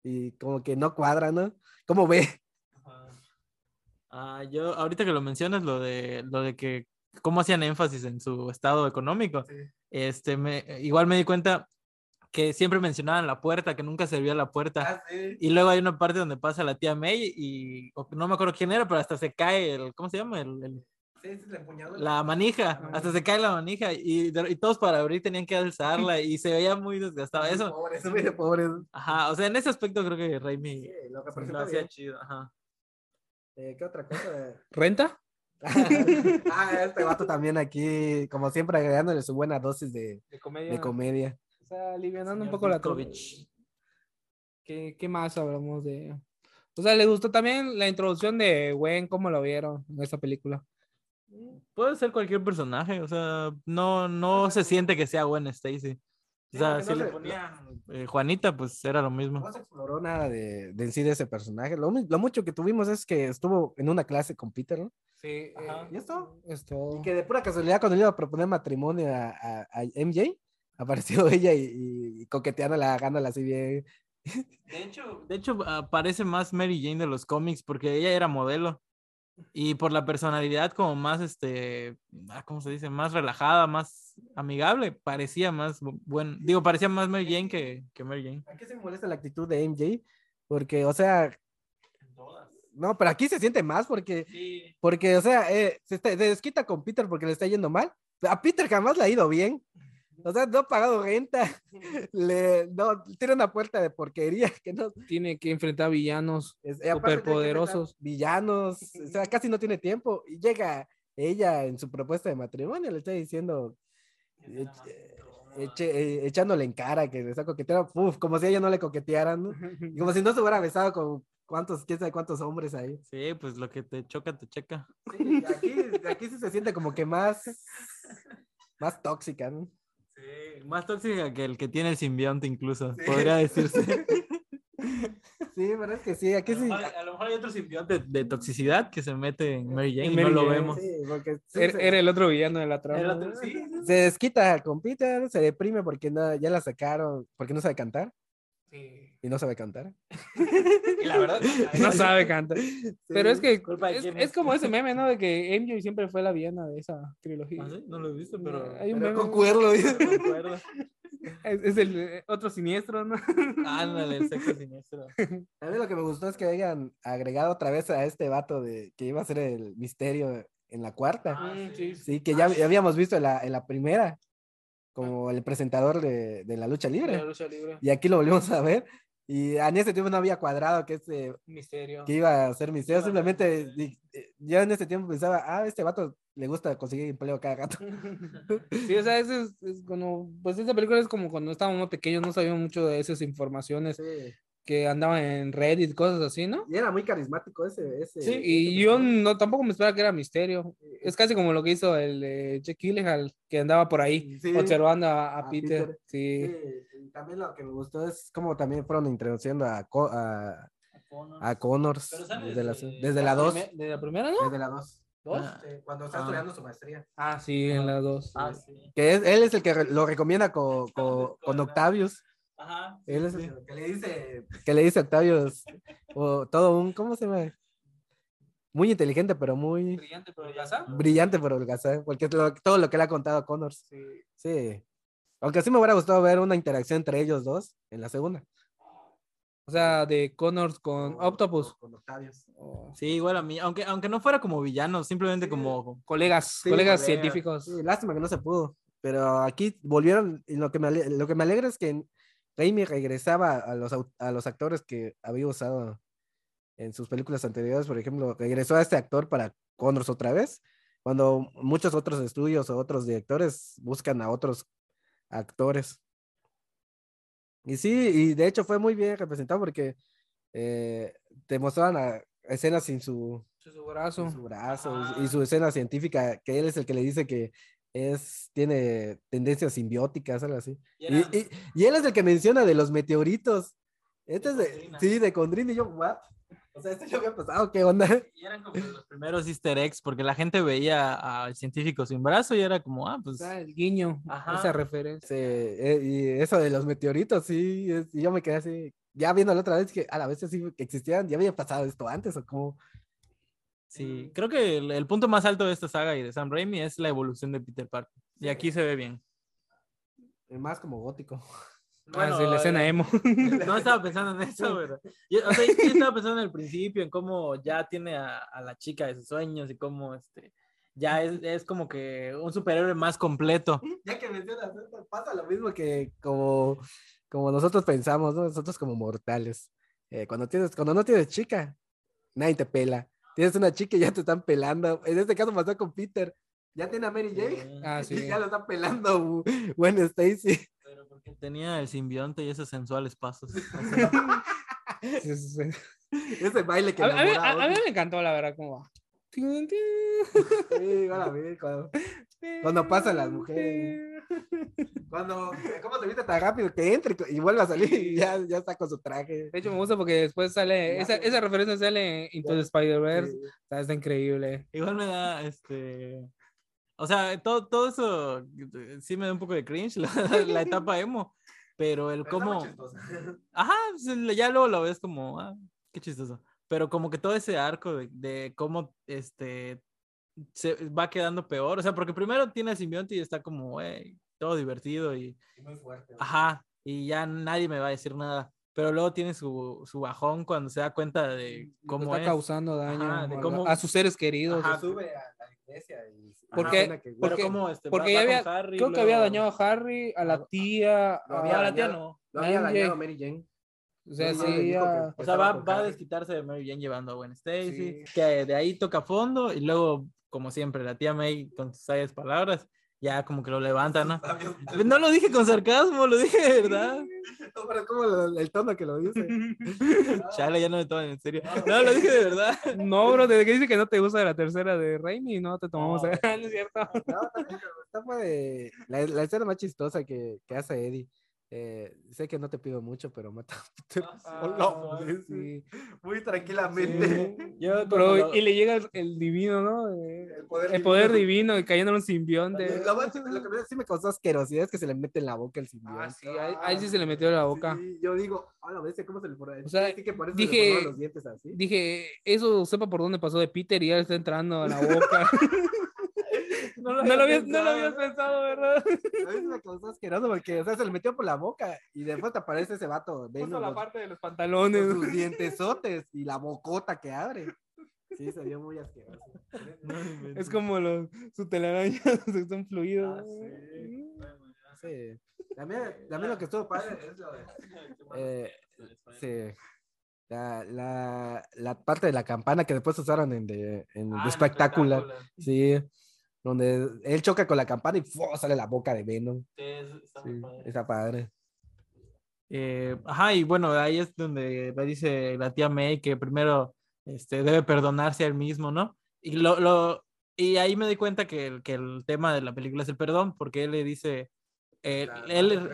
S2: Y como que no cuadra, ¿no? ¿Cómo ve?
S3: Ajá. Ah, yo, ahorita que lo mencionas, lo de, lo de que cómo hacían énfasis en su estado económico, este, me, igual me di cuenta que siempre mencionaban la puerta, que nunca servía la
S2: Ah,
S3: puerta. Y luego hay una parte donde pasa la tía May y o- no me acuerdo quién era, pero hasta se cae el, ¿cómo se llama? El- el- la manija,
S2: Ah,
S3: hasta se cae la manija y, de- y todos para abrir tenían que alzarla y se veía muy desgastado eso.
S2: Pobre, es muy de pobre.
S3: Ajá, o sea, en ese aspecto creo que Raimi
S2: Sí, lo
S3: pues, lo
S2: representa
S3: hacía
S2: bien.
S3: chido, ajá.
S2: Eh, ¿Qué otra cosa?
S1: ¿Renta?
S2: ah, este vato también aquí, como siempre, agregándole su buena dosis de,
S1: De comedia.
S2: de comedia.
S1: o sea, alivianando un
S3: Señor
S1: poco la trama.
S3: Milkovich.
S1: ¿Qué, ¿Qué más hablamos de...? O sea, ¿les gustó también la introducción de Gwen? ¿Cómo lo vieron en esta película?
S3: Puede ser cualquier personaje, o sea, no, no se siente que sea Gwen Stacy. O sea, si
S2: Sí, porque no
S3: le
S2: se-
S3: ponían eh, Juanita, pues era lo mismo.
S2: No se exploró nada de, de en sí de ese personaje. Lo, mu- lo mucho que tuvimos es que estuvo en una clase con Peter, ¿no?
S1: Sí, eh,
S2: Ajá.
S1: ¿y esto? Esto.
S2: Y que de pura casualidad, cuando le iba a proponer matrimonio a, a- a MJ, apareció ella y, y, y coqueteándola, agarrándola así bien.
S3: De hecho, de hecho ah, parece más Mary Jane de los cómics porque ella era modelo. Y por la personalidad como más, este, ah, ¿cómo se dice? Más relajada, más amigable, parecía más bu- buen, digo, parecía más Mary Jane que, que Mary Jane.
S2: ¿A qué se me molesta la actitud de MJ? Porque, o sea, no, pero aquí se siente más porque, porque o sea, eh, se, está- se desquita con Peter porque le está yendo mal. A Peter jamás le ha ido bien. O sea, no ha pagado renta. Le, no, tiene una puerta de porquería que no,
S1: Tiene que enfrentar villanos.
S2: Es- y aparte tiene que
S1: Superpoderosos.
S2: enfrentar Villanos. O sea, casi no tiene tiempo. Y llega ella en su propuesta de matrimonio, le está diciendo. eh, eh, eche- eh, echándole en cara que le está coqueteando. Uf, como si a ella no le coquetearan. ¿no? Y como si no se hubiera besado con cuántos, quién sabe cuántos hombres ahí.
S3: Sí, pues lo que te choca, te checa.
S2: Sí, aquí, aquí sí se siente como que más. Más tóxica, ¿no?
S3: Más tóxica que el que tiene el simbionte incluso, podría decirse.
S2: Sí, pero es que sí, aquí sí.
S3: hay otro simbionte de, toxicidad que se mete en Mary Jane y
S1: Mary
S3: no Er, lo
S1: Jane,
S3: vemos.
S2: sí, porque sí,
S1: Era,
S2: se-
S1: Er, era el otro villano de la trama.
S3: El otro- sí, sí,
S2: se desquita con Peter, se deprime porque no, ya la sacaron, porque no sabe cantar
S1: Sí.
S2: y no sabe cantar.
S3: sí, la verdad.
S1: No sabe cantar. Pero es que
S3: Culpa de
S1: es,
S3: quién
S1: es
S3: es.
S1: como ese meme, ¿no? De que MJ siempre fue la villana de esa trilogía.
S3: Ah, sí, No lo he visto, pero...
S1: Hay un
S2: Pero
S1: meme.
S2: con cuerno, dice.
S3: pero concuerdo.
S1: Es, es el eh, otro siniestro, ¿no?
S3: Ándale, el sexo siniestro.
S2: A mí lo que me gustó es que hayan agregado otra vez a este vato de que iba a ser el misterio en la cuarta.
S3: Ah, Ah.
S1: sí.
S2: Sí, que ya, ya habíamos visto en la, en la primera, como el presentador de, de la lucha libre. Y aquí lo volvimos a ver. Y en ese tiempo no había cuadrado que, este,
S1: Misterio.
S2: que iba a ser
S3: Iba
S2: misterio.
S3: a ser
S2: Simplemente di- eh, yo en ese tiempo pensaba, ah, este vato le gusta conseguir empleo cada gato.
S1: Sí, o sea, eso es, es cuando, pues esta película es como cuando estábamos pequeños, no sabíamos mucho de esas informaciones que andaban en Reddit, cosas así, ¿no?
S2: Y era muy carismático ese. ese
S1: Sí,
S2: ese
S1: y yo
S2: personaje.
S1: no, tampoco me esperaba que era misterio. Es casi como lo que hizo el eh, Jack Gyllenhaal, que andaba por ahí
S2: Sí.
S1: observando a, a
S2: A
S1: Peter.
S2: Peter.
S1: Sí.
S2: Sí, y también lo que me gustó es como también fueron introduciendo a, Co- a,
S1: Ah,
S2: a Connors
S3: Pero sale
S2: desde, la-
S3: desde-
S2: desde la 2.
S1: primer- ¿De la primera, no?
S2: Desde la 2.
S1: ¿Dos?
S3: Ah.
S2: Cuando
S3: está estudiando
S2: su maestría.
S1: Ah, sí, en la dos. eh,
S3: Ah, sí.
S2: Que es- él es el que re- lo recomienda co- co-
S3: Con-
S2: con
S3: con-
S2: Octavius.
S3: Ajá.
S2: Él es
S3: sí.
S2: el que le dice. Que le dice a Octavius. o todo un. ¿Cómo se llama? Muy inteligente, pero muy
S3: Brillante, pero holgazán.
S2: brillante, pero holgazán. Porque es lo- todo lo que le ha contado a Connors. Sí. Aunque sí me hubiera gustado ver una interacción entre ellos dos en la segunda.
S1: O sea, de Connors con
S2: Oh.
S1: Octopus.
S2: Con Octavius.
S1: O-
S3: Sí, igual a mí, aunque, aunque no fuera como villano, simplemente
S2: Sí.
S3: como...
S1: Colegas,
S2: Sí,
S1: colegas
S2: colegas,
S1: científicos.
S2: Sí, lástima que no se pudo. Pero aquí volvieron. Y lo que me, ale- lo que me alegra es que Raimi regresaba a los, au- a los actores que había usado en sus películas anteriores. Por ejemplo, regresó a este actor para Connors otra vez. Cuando muchos otros estudios o otros directores buscan a otros actores. Y sí, y de hecho fue muy bien representado porque eh, te mostraban a- escenas sin su,
S1: Su brazo.
S2: y su brazo y su- y
S3: Ajá.
S2: su escena científica, que él es el que le dice que es, tiene tendencias simbióticas, algo así.
S3: Y
S2: Y,
S3: era-
S2: y- y él es el que menciona de los meteoritos. Este es de,
S3: Condrina.
S2: sí, de Condrina y yo, what? O sea, esto yo había pasado, ¿qué onda?
S3: y eran como los primeros easter eggs, porque la gente veía al científico sin brazo y era como, ah, pues...
S1: Ah, el guiño,
S3: Ajá.
S1: esa referencia.
S2: Sí, eh, y eso de los meteoritos, sí, es- y yo me quedé así, ya viéndolo otra vez, que a la vez sí que existían, ya había pasado esto antes, o como,
S3: Sí, Mm. creo que el, el punto más alto de esta saga y de Sam Raimi es la evolución de Peter Parker. Y aquí se ve bien.
S2: más como gótico.
S1: ah, sí, la
S3: eh,
S1: escena emo.
S3: No estaba pensando en eso, pero yo, o sea, yo sí estaba pensando en el principio, en cómo ya tiene a, a la chica de sus sueños y cómo este, ya es, es como que un superhéroe más completo.
S2: Ya que mencionas esto, pasa lo mismo que como, como nosotros pensamos, ¿no? Nosotros como mortales. Eh, cuando, tienes, cuando no tienes chica, nadie te pela. Tienes una chica y ya te están pelando. En este caso pasó con Peter. Ya tiene a Mary
S3: Eh,
S2: Jane
S1: Ah, sí.
S2: y ya lo están pelando Bu- Gwen Stacy.
S3: Pero porque tenía el simbionte y esos sensuales pasos.
S1: Sí, sí, sí.
S2: Ese baile que
S1: A, a mí,
S2: enamora
S1: a- a
S2: a
S1: mí
S2: otro.
S1: me encantó, la verdad, cómo va. Tin, tin,
S2: Sí, van a ver cuando, Cuando pasan las mujeres. cuando- ¿Cómo te viste tan rápido que entre y vuelve a salir y ya, ya está con su traje?
S1: De hecho, me gusta porque después sale.
S2: Ya
S1: Esa,
S2: sé.
S1: esa referencia sale en Into the Spider-Verse.
S2: Sí.
S1: O sea, Está increíble.
S3: Igual me da, este... O sea, todo, todo eso eh, sí me da un poco de cringe, la, la etapa emo, pero el
S2: Pero está muy
S3: cómo...
S2: chistoso.
S3: Ajá, pues, el- ya luego lo ves como, ah, qué chistoso. Pero como que todo ese arco de, de cómo este se va quedando peor. O sea, porque primero tiene al simbionte y está como, güey, todo divertido y,
S2: Muy fuerte. güey.
S3: ajá, y ya nadie me va a decir nada. Pero luego tiene su, su bajón cuando se da cuenta de cómo
S1: pues está
S3: es.
S1: causando daño
S3: Ajá, de
S1: a,
S3: cómo-
S1: a sus seres queridos.
S3: Ajá,
S2: sube a la iglesia y
S1: ¿Por
S2: Ajá,
S1: qué?
S2: una que huele.
S3: Pero
S1: porque-
S3: cómo este, va-
S1: porque
S3: va
S1: ya
S3: con Harry,
S1: Creo que había
S3: luego-
S1: dañado a Harry, a
S2: A-
S1: la tía.
S2: lo
S3: No, a
S1: a-
S3: la tía
S2: dañado.
S3: no.
S2: Lo había
S1: Nadie.
S2: dañado Mary Jane.
S1: O sea,
S2: No,
S1: sí, ah.
S2: le dijo
S1: a-
S2: que-
S3: O sea, va,
S2: estaba con
S3: va a
S2: Harry.
S3: desquitarse de Mary Jane llevando a Gwen Stacy,
S2: Sí.
S3: que de ahí toca fondo y luego, como siempre, la tía May con sus sabias palabras, ya como que lo levanta, ¿no? No lo dije con sarcasmo, lo dije de verdad.
S2: No, pero es como lo- el tono que lo dice.
S3: Chale, ya no me toman en serio. No, lo dije de verdad.
S1: No, bro, desde que dice que no te gusta la tercera de Raimi, no te tomamos.
S3: No.
S1: No, es cierto.
S2: No, también, pero esta fue de- la, la escena más chistosa que, que hace Eddie. Eh, sé que no te pido mucho, pero mata a Peter solo.
S3: sí,
S1: Sí.
S2: Muy tranquilamente.
S3: Yo,
S1: Pero,
S3: cuando lo-
S1: y le llega el, el divino, ¿no? Eh,
S2: El poder
S1: El poder
S2: divino.
S1: divino y cayendo en un simbionte.
S2: Lo, más- lo que me- sí me causó asquerosidad es que se le mete en la boca el simbionte.
S1: Ah, sí, ahí, ahí sí se le metió la boca.
S2: Sí, yo digo, a la bestia, ¿cómo se le pone?
S1: O sea,
S2: Sí que por eso
S1: dije-
S2: se le formaron los dientes así.
S1: Dije, eso sepa por dónde pasó de Peter y ya le está entrando a la boca.
S3: no
S1: no, lo habías, no
S3: pensado.
S1: lo habías pensado, ¿verdad?
S2: A mí sí me causó asqueroso porque, o sea, se le metió por la boca y después te aparece ese vato.
S1: Justo
S2: Damon,
S1: la
S2: con-
S1: parte de los
S2: con
S1: pantalones.
S2: sus dientesotes y la bocota que abre. Sí, se vio muy asqueroso.
S3: No inventes.
S1: Es como los, su telaraña, se son fluidos.
S3: Ah, sí.
S2: Sí. También, también Eh, lo que estuvo padre es lo de. eh,
S3: Ah,
S2: sí. La, la, la parte de la campana que después usaron en, de, en
S3: Ah,
S2: The
S3: no,
S2: Spectacular.
S3: espectacular.
S2: Sí. Donde él choca con la campana y ¡fua! sale la boca de Venom.
S3: Sí, es- está
S2: Sí,
S3: muy padre.
S2: está padre.
S3: Eh, ajá, y bueno, ahí es donde le dice la tía May que primero este, debe perdonarse a él mismo, ¿no? Y, lo, lo, y ahí me di cuenta que el, que el tema de la película es el perdón, porque él le dice, eh,
S1: Ah,
S3: él,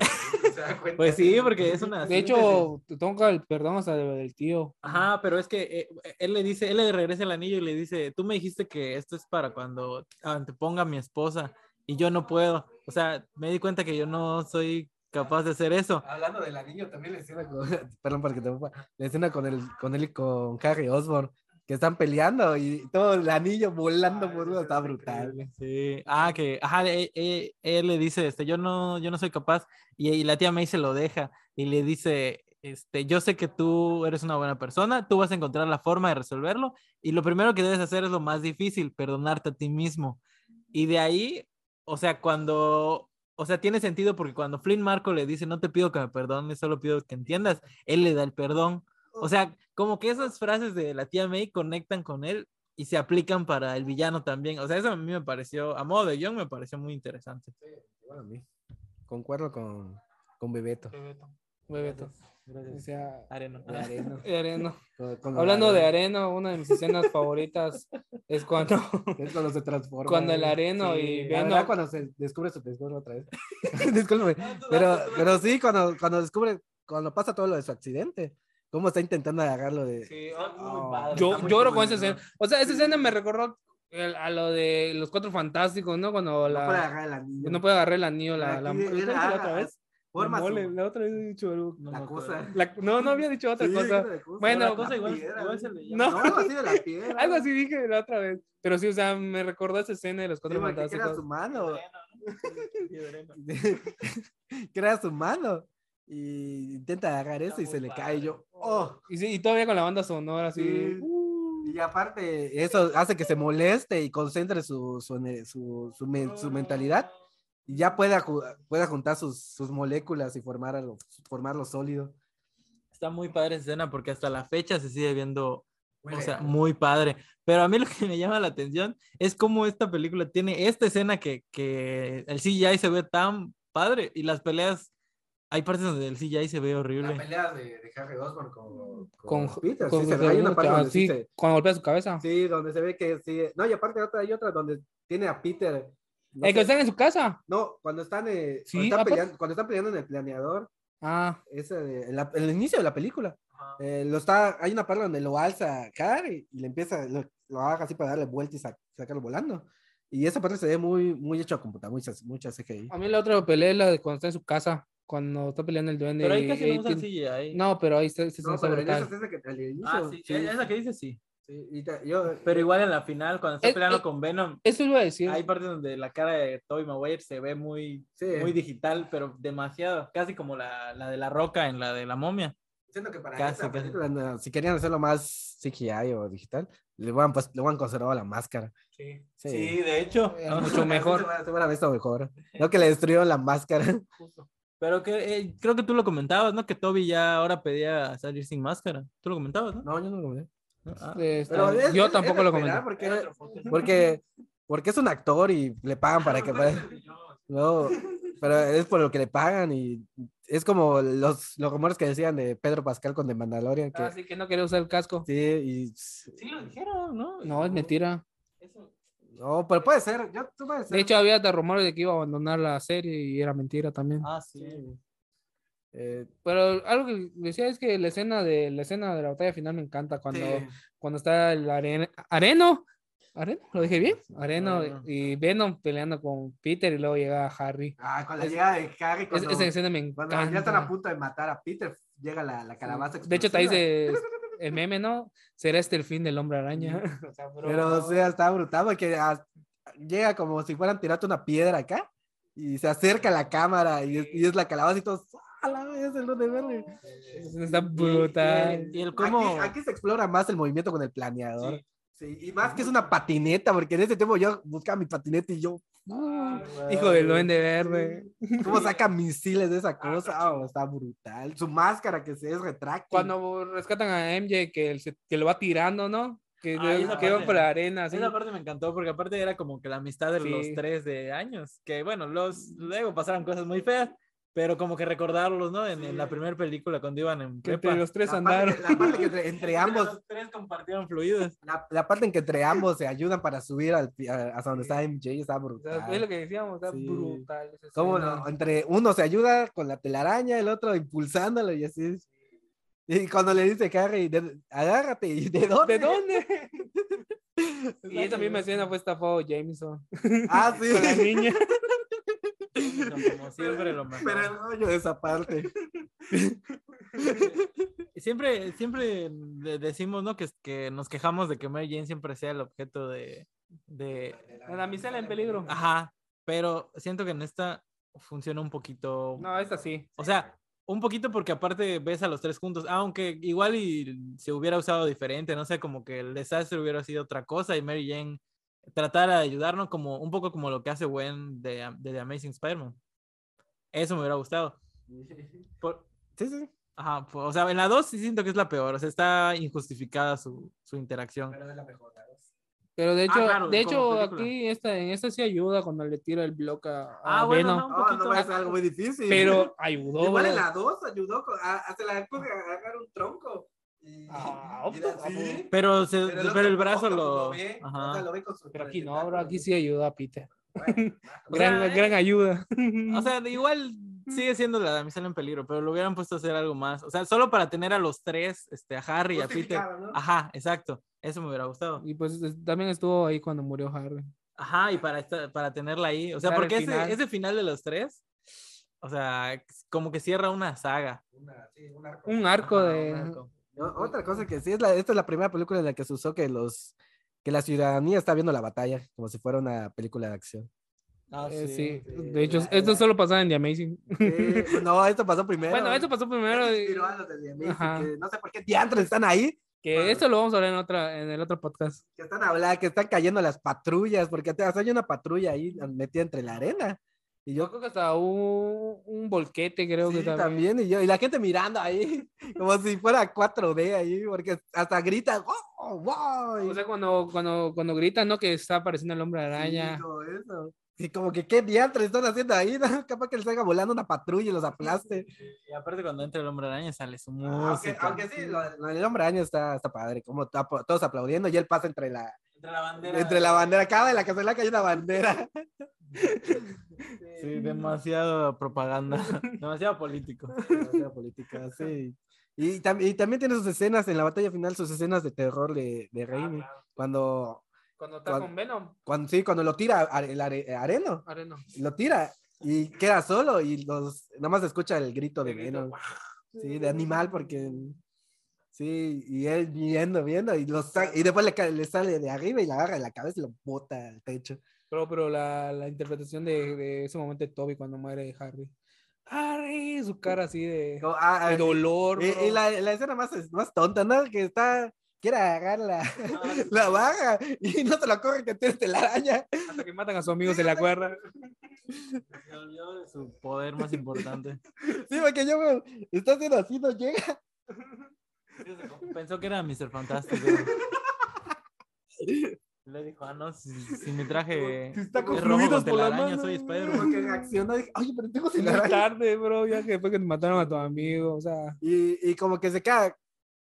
S3: pues sí, porque es una...
S1: De
S3: síntesis.
S1: hecho, te toca el perdón hasta de- del tío.
S2: Ah,
S3: Ajá, pero es que eh, él le dice, él le regresa el anillo y le dice, tú me dijiste que esto es para cuando anteponga a mi esposa y yo no puedo. O sea, me di cuenta que yo no soy capaz de hacer eso.
S2: Hablando del anillo, también la escena con. Perdón, porque te La escena con él, con él y con Harry Osborn. Que están peleando y todo el anillo volando por uno. Está brutal.
S3: Sí, ah, que, ajá, e- e- él le dice, este, yo no, yo no soy capaz, y, y la tía May se lo deja, y le dice, este, yo sé que tú eres una buena persona, tú vas a encontrar la forma de resolverlo, y lo primero que debes hacer es lo más difícil, perdonarte a ti mismo. Y de ahí, o sea, cuando, o sea, tiene sentido porque cuando Flynn Marco le dice, no te pido que me perdones, solo pido que entiendas, él le da el perdón. O sea, como que esas frases de la tía May conectan con él y se aplican para el villano también. O sea, eso a mí me pareció, a modo de guión, me pareció muy interesante.
S2: Igual a mí. Concuerdo con, con Bebeto.
S1: Bebeto. O sea,
S3: Areno.
S2: De Areno.
S1: de Areno.
S2: Con- con lo
S1: Hablando de Areno, una de mis escenas favoritas es cuando,
S2: Es cuando se transforma.
S1: cuando el
S2: güey.
S1: Areno
S3: Sí,
S1: y
S2: La verdad,
S1: Venom
S2: cuando se descubre su tesoro otra vez. Discúlpame. Pero, pero sí, cuando, cuando descubre, cuando pasa todo lo de su accidente, cómo está intentando agarrarlo de. Oh,
S1: Yo
S2: Está muy
S1: lloro con
S2: bueno,
S1: esa escena. O sea, esa escena me recordó el- a lo de los cuatro fantásticos, ¿no? Cuando
S2: No puede
S1: la,
S2: agarrar el anillo.
S1: no puede agarrar el anillo, la,
S2: Aquí
S1: la,
S2: él
S1: ¿cómo se llama la
S2: agarra,
S1: otra vez.
S2: Forma
S1: La mole,
S2: su-
S1: la otra vez he dicho algo.
S3: No,
S2: la
S3: me
S2: cosa.
S3: acuerdo.
S1: La- no, no había dicho otra
S2: Sí,
S1: cosa.
S2: de cosa.
S1: Bueno,
S2: La
S1: cosa
S2: piedra,
S3: igual-
S2: güey.
S3: igual se le
S1: llama.
S2: No, así de la piedra.
S1: Algo así dije la otra vez. Pero sí, o sea, me recordó esa escena de los
S2: Sí,
S1: cuatro
S2: porque crea
S1: fantásticos.
S2: su mano. crea su mano. Y intenta agarrar eso y
S3: muy
S2: se le
S3: padre.
S2: cae. y yo, oh.
S1: Y, sí, y todavía con la banda sonora, así. Uh.
S2: Sí. Y aparte, eso hace que se moleste y concentre su, su, ener- su, su men-
S1: Oh.
S2: su mentalidad. Y ya pueda, ju- pueda juntar sus, sus moléculas y formar algo, formarlo sólido.
S3: Está muy padre esa escena porque hasta la fecha se sigue viendo, o sea, muy padre. Pero a mí lo que me llama la atención es cómo esta película tiene esta escena que, que el CGI se ve tan padre y las peleas Hay partes donde el CGI se ve
S2: La
S3: horrible.
S2: pelea de, de Harry Osborn con,
S1: Con,
S2: Peter,
S1: con-
S2: sí, se ve. Hay una parte
S1: ah,
S2: donde sí
S1: sí,
S2: se-
S1: cuando golpea su cabeza.
S2: Sí, donde se ve que sí. No, y aparte otra, hay otra donde tiene a Peter. No,
S1: el que
S2: sé-
S1: están en su casa.
S2: no, cuando están, eh,
S1: Sí,
S2: cuando, están
S1: aparte-
S2: peleando, cuando están peleando en el planeador,
S1: Ah,
S2: ese de- en la- en el inicio de la película, eh, lo está, hay una parte donde lo alza Harry y le empieza, lo, lo haga así para darle vuelta y sac- sacarlo volando. Y esa parte se ve muy, muy hecho a computadora, muchas, muchas CGI.
S1: a mí la otra pelea es la de cuando está en su casa, cuando está peleando el duende.
S3: Pero ahí
S1: y-
S3: casi
S1: y
S3: no usan
S1: tiene-
S3: CGI.
S1: no, pero ahí está, está
S2: No, pero en esa escena que al inicio.
S3: Ah, sí,
S2: sí,
S3: esa que dice sí.
S2: sí, y te- yo-
S3: Pero igual en la final, cuando está
S1: Es-
S3: peleando
S1: es-
S3: con Venom,
S1: Eso iba a decir.
S3: hay partes donde la cara de Tobey Maguire se ve muy,
S2: sí,
S3: muy digital, pero demasiado. Casi como la, la de la roca en la de la momia.
S2: Siento que para
S3: Casi,
S2: esa
S3: casi.
S2: película, no, si querían hacerlo más CGI o digital, le van, pues, le van conservado la máscara.
S3: Sí.
S2: Sí.
S3: de hecho.
S1: Era Ah, mucho
S2: Se
S1: mejor.
S2: hubiera- se hubiera visto mejor. No que le destruyeron la máscara.
S3: Pero que, eh, creo que tú lo comentabas, ¿no? Que Toby ya ahora pedía salir sin máscara. Tú lo comentabas, ¿no?
S2: No, yo no lo vi.
S3: Ah.
S1: Este,
S2: Pero es-
S1: yo
S2: es-
S1: tampoco lo
S2: es
S1: Eh,
S2: de
S1: comenté.
S2: esperar Porque, porque, porque es un actor y le pagan para que pueda. No, pero es por lo que le pagan y es como los, los rumores que decían de Pedro Pascal con The Mandalorian. Que,
S1: Ah, sí, que no quería usar el casco.
S2: Sí,
S3: Sí, lo dijeron, ¿no?
S1: No, es mentira.
S3: Eso-
S2: y. No, pero puede ser. Yo, tú puedes ser.
S1: De hecho, había hasta rumores de que iba a abandonar la serie y era mentira también.
S3: Ah, sí.
S2: Eh,
S1: Pero algo que decía es que la escena de la escena de la batalla final me encanta cuando,
S3: Sí.
S1: cuando está el arena, areno, areno, lo dije bien, areno
S3: Areno.
S1: y Venom peleando con Peter y luego llega Harry.
S2: ah, cuando llega de Harry.
S1: Es-
S2: Cuando,
S1: esa escena me
S2: cuando
S1: encanta.
S2: ya están a punto de matar a Peter, llega la, la calabaza.
S1: de hecho, te
S2: explosiva.
S1: dice el meme, ¿no? ¿Será este el fin del hombre araña? O sea, bro,
S2: Pero, o sea, está brutal porque as- llega como si fueran tirando una piedra acá y se acerca a la cámara y es, y es la calabaza y todos, ¡ah, la vez, el Duende Verde!
S1: está brutal.
S3: Y el cómo.
S2: Aquí, aquí se explora más el movimiento con el planeador.
S3: Sí.
S2: Sí, y más que es una patineta, porque en ese tiempo yo buscaba mi patineta y yo,
S1: Ah, Hijo del duende verde.
S2: ¿cómo saca misiles de esa cosa? Ah, está brutal. Su máscara que se es retráctil.
S1: Cuando rescatan a MJ que, él se- que lo va tirando, ¿no? Que,
S3: Ah, esa
S1: que va
S3: parte.
S1: por la arena. así.
S3: Esa parte me encantó porque aparte era como que la amistad de los
S1: Sí. Mm.
S3: tres de años, que bueno, los luego pasaron cosas muy feas, pero como que recordarlos, ¿no? En, en la primera película cuando iban en
S1: Que entre
S3: prepa.
S1: los tres
S2: la
S1: andaron.
S2: parte, que- la parte que entre, entre ambos,
S3: Los tres compartieron fluidos.
S2: la, la parte en que entre ambos se ayudan para subir al pi- a- hasta donde está MJ, está
S1: O sea, es
S2: brutal.
S1: lo que decíamos, está
S2: Sí.
S1: brutal. esa
S2: ¿Cómo
S1: escena.
S2: no? Entre uno se ayuda con la telaraña, el otro impulsándolo y así. es. Y cuando le dice Harry, de- agárrate, ¿y de dónde?
S1: ¿De dónde? y
S2: Está
S1: esa misma
S2: genial.
S1: escena fue estafado Jameson.
S2: Ah,
S1: Con la
S2: sí.
S1: niña.
S3: Como siempre lo mejor.
S2: Pero el rollo de esa parte.
S3: Y Siempre, siempre le decimos, ¿no? Que, que nos quejamos de que Mary Jane siempre sea el objeto de, de...
S1: La damisela en peligro.
S3: Ajá, pero siento que en esta funciona un poquito...
S1: No, es así.
S3: O sea, un poquito porque aparte ves a los tres juntos, aunque igual y se hubiera usado diferente, no sé, como que el desastre hubiera sido otra cosa y Mary Jane tratara de ayudarnos como un poco como lo que hace Gwen de, Am- de The Amazing Spider-Man. Eso me hubiera gustado. Por-
S2: Sí, sí.
S3: ajá, po- o sea, en la 2 sí siento que es la peor, o sea, está injustificada su, su interacción.
S2: Pero es la mejor. la dos.
S1: Pero de hecho,
S3: claro,
S1: de
S3: como
S1: hecho
S3: película.
S1: aquí esta, en esta sí ayuda cuando le tira el bloque a, a
S3: Ah, bueno, ajá. Un
S1: Venom.
S2: Ah, no
S3: poquito.
S2: va a ser algo muy difícil.
S1: Pero ayudó.
S2: Igual en
S1: bro.
S2: la 2 ayudó con- a, a- se la pudo agarrar un tronco. Y,
S1: Ah,
S2: y era
S1: pues,
S2: así.
S3: Pero, se,
S2: Pero
S3: pero,
S2: otro-
S3: el, brazo
S2: otro
S3: lo...
S2: ve, o
S3: ajá.
S2: sea, lo ve con su-
S1: Pero aquí no, bro, aquí sí ayudó a Peter.
S2: Bueno,
S3: O
S1: Gran,
S3: sea, eh,
S1: gran ayuda.
S3: O sea, de igual sigue siendo la damisela en peligro, pero lo hubieran puesto a hacer algo más. O sea, solo para tener a los tres, este, a Harry y a Peter.
S2: justificado, ¿no?
S1: Ah.
S3: Ajá, exacto. Eso me hubiera gustado.
S1: y pues es- también estuvo ahí cuando murió Harry.
S3: Ajá, y para, esta- para tenerla ahí. O sea,
S1: Claro,
S3: porque
S1: el
S3: ese
S1: final.
S3: final. ese final de los tres, o sea, como que cierra una saga.
S2: Una- sí, un arco.
S1: Un arco
S3: Ajá,
S1: de.
S3: un arco.
S2: O- Otra cosa que sí es la, esta es la primera película en la que se usó que los que la ciudadanía está viendo la batalla como si fuera una película de acción.
S3: Ah,
S1: eh, sí.
S3: sí.
S2: sí,
S1: De hecho,
S2: la-
S1: esto
S2: la-
S1: solo pasaba en The Amazing.
S2: no, esto pasó primero.
S1: Bueno, esto pasó primero.
S2: Esto
S1: y-
S2: inspiró a los de The Amazing,
S1: Ajá.
S2: que no sé por qué diantres están ahí,
S1: Que
S2: Bueno.
S1: esto lo vamos a hablar en otra, en el otro podcast.
S2: que están hablando, que están cayendo las patrullas, porque hasta hay una patrulla ahí metida entre la arena. Y
S1: Yo
S2: yo
S1: creo que hasta un, un volquete, creo
S2: sí,
S1: que también.
S2: también, y yo, y la gente mirando ahí, como si fuera 4D ahí, porque hasta gritan, ¡wow! wow", y-
S1: O sea, cuando, cuando, cuando gritan, ¿no? Que está apareciendo el hombre
S2: sí,
S1: araña.
S2: todo eso. Y como que, ¿qué diantres están haciendo ahí? no? Capaz que les salga volando una patrulla y los aplaste.
S3: Y aparte cuando entra el hombre araña sale su
S2: Aunque,
S3: música.
S2: Ah, aunque sí, lo- lo- el hombre año está, está padre, como está po- todos aplaudiendo y él pasa entre la,
S3: Entre la bandera.
S2: entre la bandera, cada de la cancela que hay una bandera.
S3: Sí, demasiado propaganda. demasiado político.
S2: Demasiada política, sí. Y, tam- y también tiene sus escenas en la batalla final, sus escenas de terror de, de Raimi. Cuando,
S1: Ah, Cuando está
S2: Cuando-
S1: con Venom,
S2: cuando, sí, cuando lo tira a- el are- areno,
S1: Areno.
S2: lo tira y queda solo y los, nada más se escucha el grito de
S1: El grito,
S2: Venom. Sí, de animal, porque. Sí, y él viendo, viendo, y, los sa- y después le, ca- le sale de arriba y la agarra de la cabeza y lo bota al techo.
S1: Pero, pero la, la interpretación de, de ese momento de Toby cuando muere Harry. Harry, su cara así de,
S2: Como, ah, ah,
S1: de dolor.
S2: y,
S1: bro.
S2: y la, la escena más, más tonta, ¿no? Que está. Quiere agarrar la,
S3: Ah,
S2: la barra y no se lo corre que tiene telaraña.
S1: Hasta que matan a sus amigos de la cuerda.
S3: Se olvidó de su poder más importante.
S2: Sí, porque yo veo, está haciendo así, no llega.
S3: Pensó que era Mr. Fantástico. Le dijo, ah, no, si, si mi traje
S1: Si está
S3: es
S1: con
S3: rojo
S1: fluidos
S3: con
S1: por la
S3: telaraña,
S1: mano,
S3: soy Spider-Man.
S2: Porque reaccionó, dije, oye, pero tengo
S1: Muy
S2: telaraña.
S1: tarde, bro, ya que después que mataron a tu amigo, o sea.
S2: Y, y como que se queda,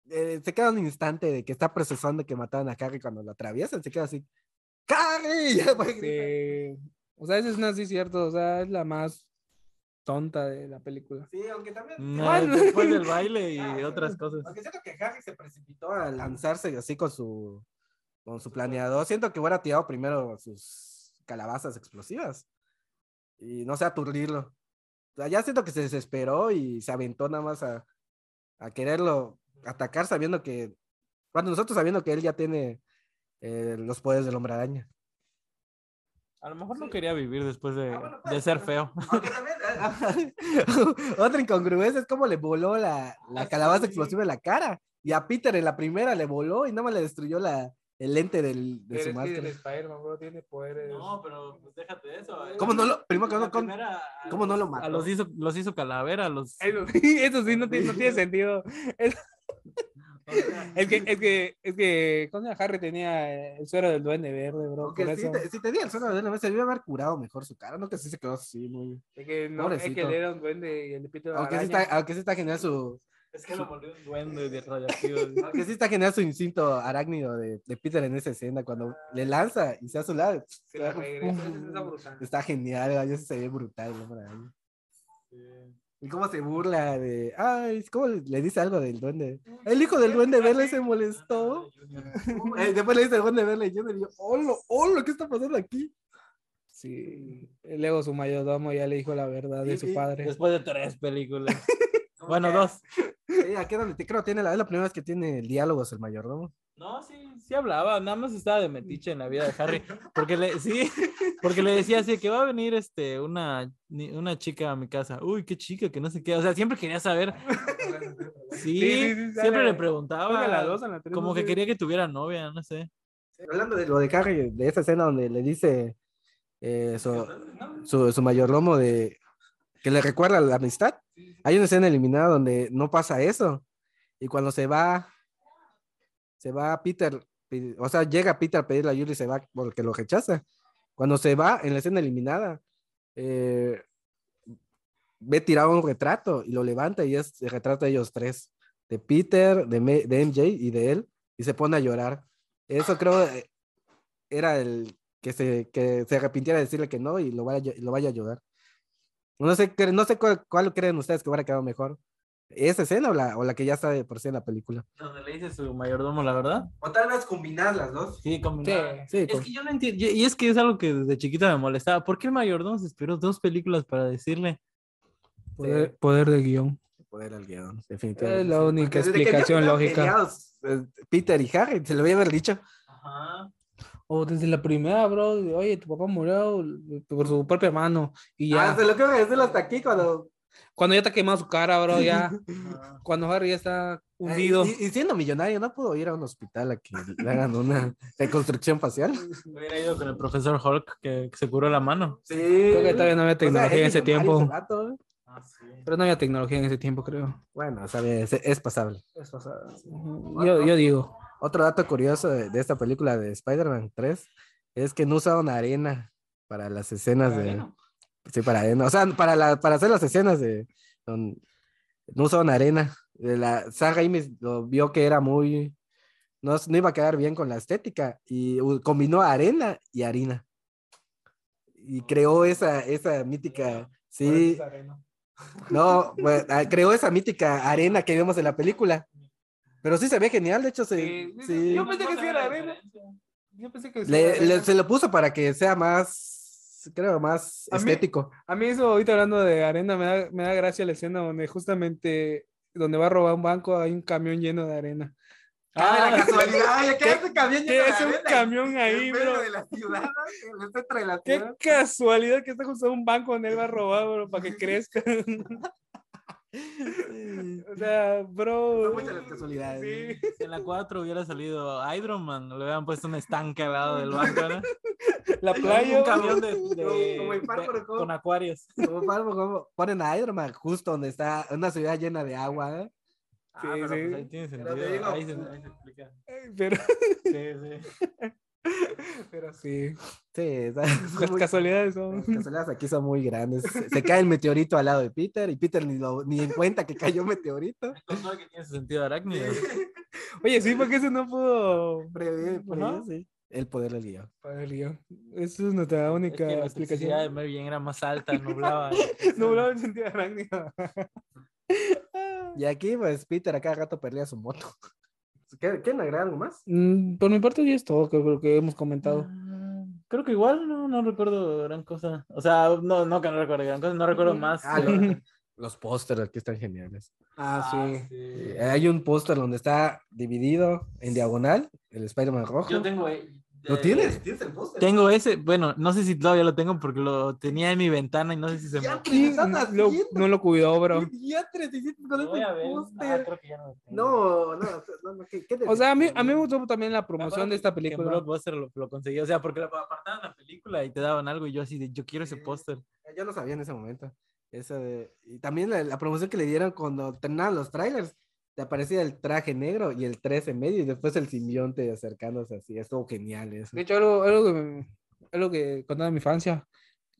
S2: eh, se queda un instante de que está procesando que mataron a Carrie cuando lo atraviesan, se queda así, ¡Carrie! y ya fue grita.
S1: este, o sea, esa es una sí cierto, o sea, es la más tonta de la película.
S2: Sí, aunque también,
S3: No,
S1: Bueno.
S3: después del baile y
S2: Ah, sí.
S3: otras cosas.
S2: aunque siento que Harry se precipitó a lanzarse así con su, con su planeador, siento que hubiera tirado primero sus calabazas explosivas y no sé, aturdirlo. O sea, ya siento que se desesperó y se aventó nada más a, a quererlo atacar sabiendo que, cuando nosotros sabiendo que él ya tiene eh, los poderes del hombre araña.
S3: A lo mejor no quería vivir después de,
S2: Ah, bueno,
S3: de
S2: pues,
S3: ser
S2: pues.
S3: feo.
S2: Aunque también- eh, Otra incongruencia es como le voló la, la calabaza explosiva en la cara. Y a Peter en la primera le voló y nada más le destruyó la, el lente del, de su máscara.
S1: Spider-Man, bro, tiene poderes.
S3: pero pues déjate de eso.
S2: ¿Cómo no lo, primero que no, ¿cómo, cómo no lo mató?
S3: A los hizo, los hizo calavera, a los...
S1: Eso, sí, eso sí, no tiene, no tiene sentido.
S3: o sea,
S1: Es que, es que, es que, ¿cómo se llama? Harry tenía eh, el suero del duende verde, bro.
S2: Aunque
S1: por
S2: sí
S1: eso.
S2: te- si tenía el suelo de la vez, se debió haber curado mejor su cara, ¿no? Que sí se quedó así muy...
S1: Es que no, es que
S2: Pobrecito.
S1: él era un duende y el de Peter
S2: Aunque sí,
S1: araña.
S2: está, aunque sí está genial su...
S3: es que lo volvió un duende de radioactivo.
S2: Aunque Ah, sí está genial su instinto arácnido de, de Peter en esa escena, cuando le lanza y se hace a su lado.
S1: Se la
S2: pum,
S1: regresa,
S2: pum,
S1: esa es esa brutal.
S2: Está genial, ay, ese se ve brutal, ¿no? Por ahí. Y cómo se burla de. Ay, ¿cómo le, le dice algo del duende? El hijo del duende verde se molestó. Eh, después le dice el duende verde y yo le digo, ¡Holo, holo! ¿Qué está pasando aquí?
S1: Sí, luego su mayordomo ya le dijo la verdad de
S2: Y-
S1: su
S2: y-
S1: padre.
S3: Después de tres películas. bueno,
S2: que-
S3: dos.
S2: Eh, aquí es donde te- creo que tiene la, es la primera vez que tiene diálogos el mayordomo.
S3: No, sí, sí hablaba, nada más estaba de metiche en la vida de Harry, porque le, sí, porque le decía así, que va a venir este, una, ni- una chica a mi casa, uy, qué chica, que no sé qué, o sea, siempre quería saber, sí,
S1: Sí, sí, sí,
S3: siempre
S1: sale-
S3: le preguntaba,
S1: Creo que la dos, en la tres,
S3: como
S1: no
S3: que
S1: sé.
S3: quería que tuviera novia, no sé.
S2: Hablando de lo de Harry, de esa escena donde le dice eh, su, su, su mayordomo de que le recuerda la amistad. Hay una escena eliminada donde no pasa eso. Y cuando se va, se va Peter, pi- o sea, llega Peter a pedirle ayuda y se va porque lo rechaza. Cuando se va en la escena eliminada, eh, ve tirado un retrato y lo levanta y es el retrato de ellos tres, de Peter, de, Me- de MJ y de él, y se pone a llorar. Eso creo eh, era el que se, que se arrepintiera de decirle que no y lo vaya, y lo vaya a ayudar. No sé, cre- no sé cuál, cuál creen ustedes que hubiera quedado mejor. ¿Esa escena o la, o la que ya está de por sí en la película?
S3: Donde le dice su mayordomo, la verdad.
S2: O tal vez combinar las dos.
S3: Sí, como
S1: Sí.
S2: Sí,
S3: Es
S2: con-
S3: que yo no entiendo, y es que es algo que desde chiquita me molestaba, ¿por qué el mayordomo se esperó dos películas para decirle?
S1: Poder, poder de guión.
S2: poder al guión,
S1: este Es
S2: definitivamente.
S1: Eh, la única explicación lógica.
S2: eh, Peter y Harry, se lo voy a haber dicho.
S3: Ajá.
S1: O desde la primera, bro, de, oye, tu papá murió por su propia mano. Y ya,
S2: Ah, se lo quiero decir hasta aquí cuando. eh,
S1: cuando ya te ha quemado su cara, bro, ya. cuando Harry ya está hundido.
S2: Y, y siendo millonario, no pudo ir a un hospital a que le hagan una reconstrucción facial.
S3: Hubiera ido con el profesor Hulk que- que se curó la mano.
S2: Sí.
S1: Creo que todavía no había tecnología en ese tiempo.
S3: Ah, sí.
S1: Pero no había tecnología en ese tiempo, creo.
S2: ¿eh? Bueno, está bien, es, es pasable.
S1: Ujú, Yo, yo digo.
S2: Otro dato curioso de, de esta película de Spider-Man 3 es que no usaron arena. para las escenas
S1: Para
S2: de...
S1: Eno.
S2: Sí, para arena. O sea, para, la, para hacer las escenas de... don- no usaban arena. De la, Sam Raimi lo vio que era muy... No, no iba a quedar bien con la estética y u- combinó arena y harina. Y creó esa, esa mítica... Sí, no, pues, ah, creó esa mítica arena que vemos en la película. Pero sí se ve genial, de hecho, se,
S1: Sí, sí,
S2: sí.
S1: Yo pensé que sí era arena. Yo pensé que sí era
S2: Le- le-
S1: arena.
S2: se lo puso para que sea más, creo, más
S1: A mí-
S2: estético.
S1: A mí eso, ahorita hablando de arena, me da, me da gracia la escena donde justamente, donde va a robar un banco, hay un camión lleno de arena.
S4: Ah, la casualidad. Ay, acá este camión
S1: ¿Qué
S4: lleno de
S1: es un
S4: arena.
S1: camión ahí,
S4: El medio
S1: bro?
S4: de la ciudad, el centro de la
S1: Qué
S4: ciudad.
S1: casualidad que está justo un banco donde él va a robar, bro, para que crezca. o sea, bro.
S4: Son muchas las casualidades.
S1: Sí.
S3: Si en la 4 hubiera salido Iron Man, le hubieran puesto un estanque al lado del banco, ¿no?
S1: La
S3: Un
S1: playa.
S3: camión de, de-
S4: Como- como en Párparo,
S3: de-
S4: ¿cómo?
S3: con acuarios.
S2: Como párrafo, como ponen a Iron Man justo donde está una ciudad llena de agua. ¿eh?
S4: Ah,
S1: Sí,
S4: pero
S1: sí.
S4: pues
S3: Ahí tiene
S4: Pero
S3: sentido.
S4: te digo-
S3: Ahí se, ahí se explica.
S1: Pero,
S3: Sí, sí.
S1: pero sí.
S2: Sí, está- son
S4: Pues
S1: Las
S2: muy-
S1: casualidades
S2: las
S1: son.
S2: casualidades aquí son muy grandes. Se se cae el meteorito al lado de Peter y Peter ni, lo- ni en cuenta que cayó un meteorito.
S3: Con todo que tiene su sentido arácnido.
S1: Oye, sí, porque ese no pudo.
S2: Prevé- prevé,
S1: Ajá.
S2: sí. El poder del guión.
S1: Para el guión. Esa es nuestra
S3: Es que
S1: única
S3: la explicación de
S1: explicación.
S3: Mary Jane era más alta, nublaba.
S1: No hablaba en sentido arácnido.
S2: Y aquí, pues, Peter a cada rato perdía su moto. ¿Quieren agregar algo más?
S1: Mm, Por mi parte, ya es todo, creo, creo que hemos comentado.
S3: Ah, Creo que igual no, no recuerdo gran cosa. O sea, no, no que no recuerdo gran cosa, no recuerdo más.
S2: Ah,
S3: pero-
S2: lo- los pósteres aquí están geniales.
S1: Ah, sí.
S3: sí.
S2: Eh, Hay un póster donde está dividido en diagonal el Spider-Man rojo.
S3: Yo tengo. eh,
S2: ¿Lo
S3: eh,
S2: tienes? ¿Tienes el póster?
S3: Tengo ese, bueno, no sé si todavía lo tengo porque lo tenía en mi ventana y no sé si se me.
S2: Ya,
S1: Sí,
S2: ¿qué estás
S1: lo-
S2: haciendo?
S1: no lo cuidó, bro.
S2: Ya tres hiciste con
S3: Lo voy a
S2: ese
S3: ver. Ah,
S2: póster.
S3: creo que ya no lo tengo.
S2: No, no, no, no, ¿qué, qué te-
S1: O sea, a mí, a mí me gustó también la
S3: Me acuerdo
S1: promoción de
S3: que-
S1: esta
S3: que en
S1: película.
S3: Blockbuster lo, lo conseguí, o sea, porque lo apartaban la película y te daban algo y yo así de, yo quiero ese
S2: Sí.
S3: póster.
S2: yo no sabía en ese momento. Esa de- Y también la, la promoción que le dieron cuando terminaban los trailers. Te aparecía el traje negro y el 3 en medio y después el simbionte acercándose así. Estuvo genial eso.
S1: De hecho, algo, algo que, me- algo que contaba mi infancia,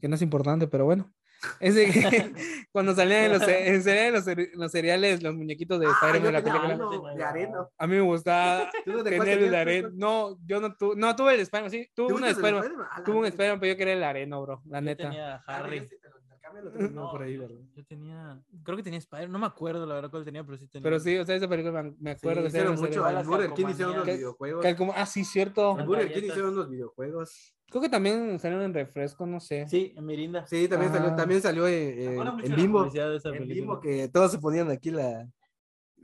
S1: que no es importante, pero bueno. Es de que cuando salían en los, en serie- en los, cere- en los cereales los muñequitos de
S2: Ah,
S1: Spider-Man,
S2: yo
S1: la
S2: tenía
S1: película.
S2: uno de arena.
S1: A mí me gustaba
S2: ¿Tú no te acuerdas
S1: tener el
S2: tenías
S1: arena.
S2: tú?
S1: No, yo no tuve, no tuve el Spider-Man, sí, tuve
S2: ¿Tú
S1: uno de
S2: tienes el
S1: Spider-Man.
S2: Spider-Man? A la
S1: Tuve un
S2: vez.
S1: Spider-Man, pero yo quería el arena, bro, la
S3: Yo
S1: neta.
S3: tenía
S2: Ah,
S3: Harry.
S2: yo sí te lo intercambio, lo tengo
S3: No,
S2: por ahí,
S3: yo-
S2: ¿verdad?
S3: Yo tenía, creo que tenía Spider, no me acuerdo la verdad cuál tenía, pero sí tenía.
S1: Pero sí, o sea, esa película me- me acuerdo
S2: Sí,
S1: que salía
S2: hicieron
S1: en los
S2: mucho.
S3: serie.
S2: Al Burger King hicieron unos
S3: Calcomanías.
S2: videojuegos.
S1: cereales. Calcom- Ah, sí, cierto.
S2: Al
S3: Las
S2: Burger King
S3: galletas.
S2: hicieron unos videojuegos.
S1: Creo que también salieron en refresco, no sé.
S3: Sí, en Mirinda.
S2: Sí, también salió,
S1: Ah.
S2: también salió en,
S3: Me
S2: en,
S3: acuerdo
S2: en
S3: mucho de la
S2: Bimbo.
S3: publicidad de esa
S2: En
S3: película.
S2: Bimbo que todos se ponían aquí la.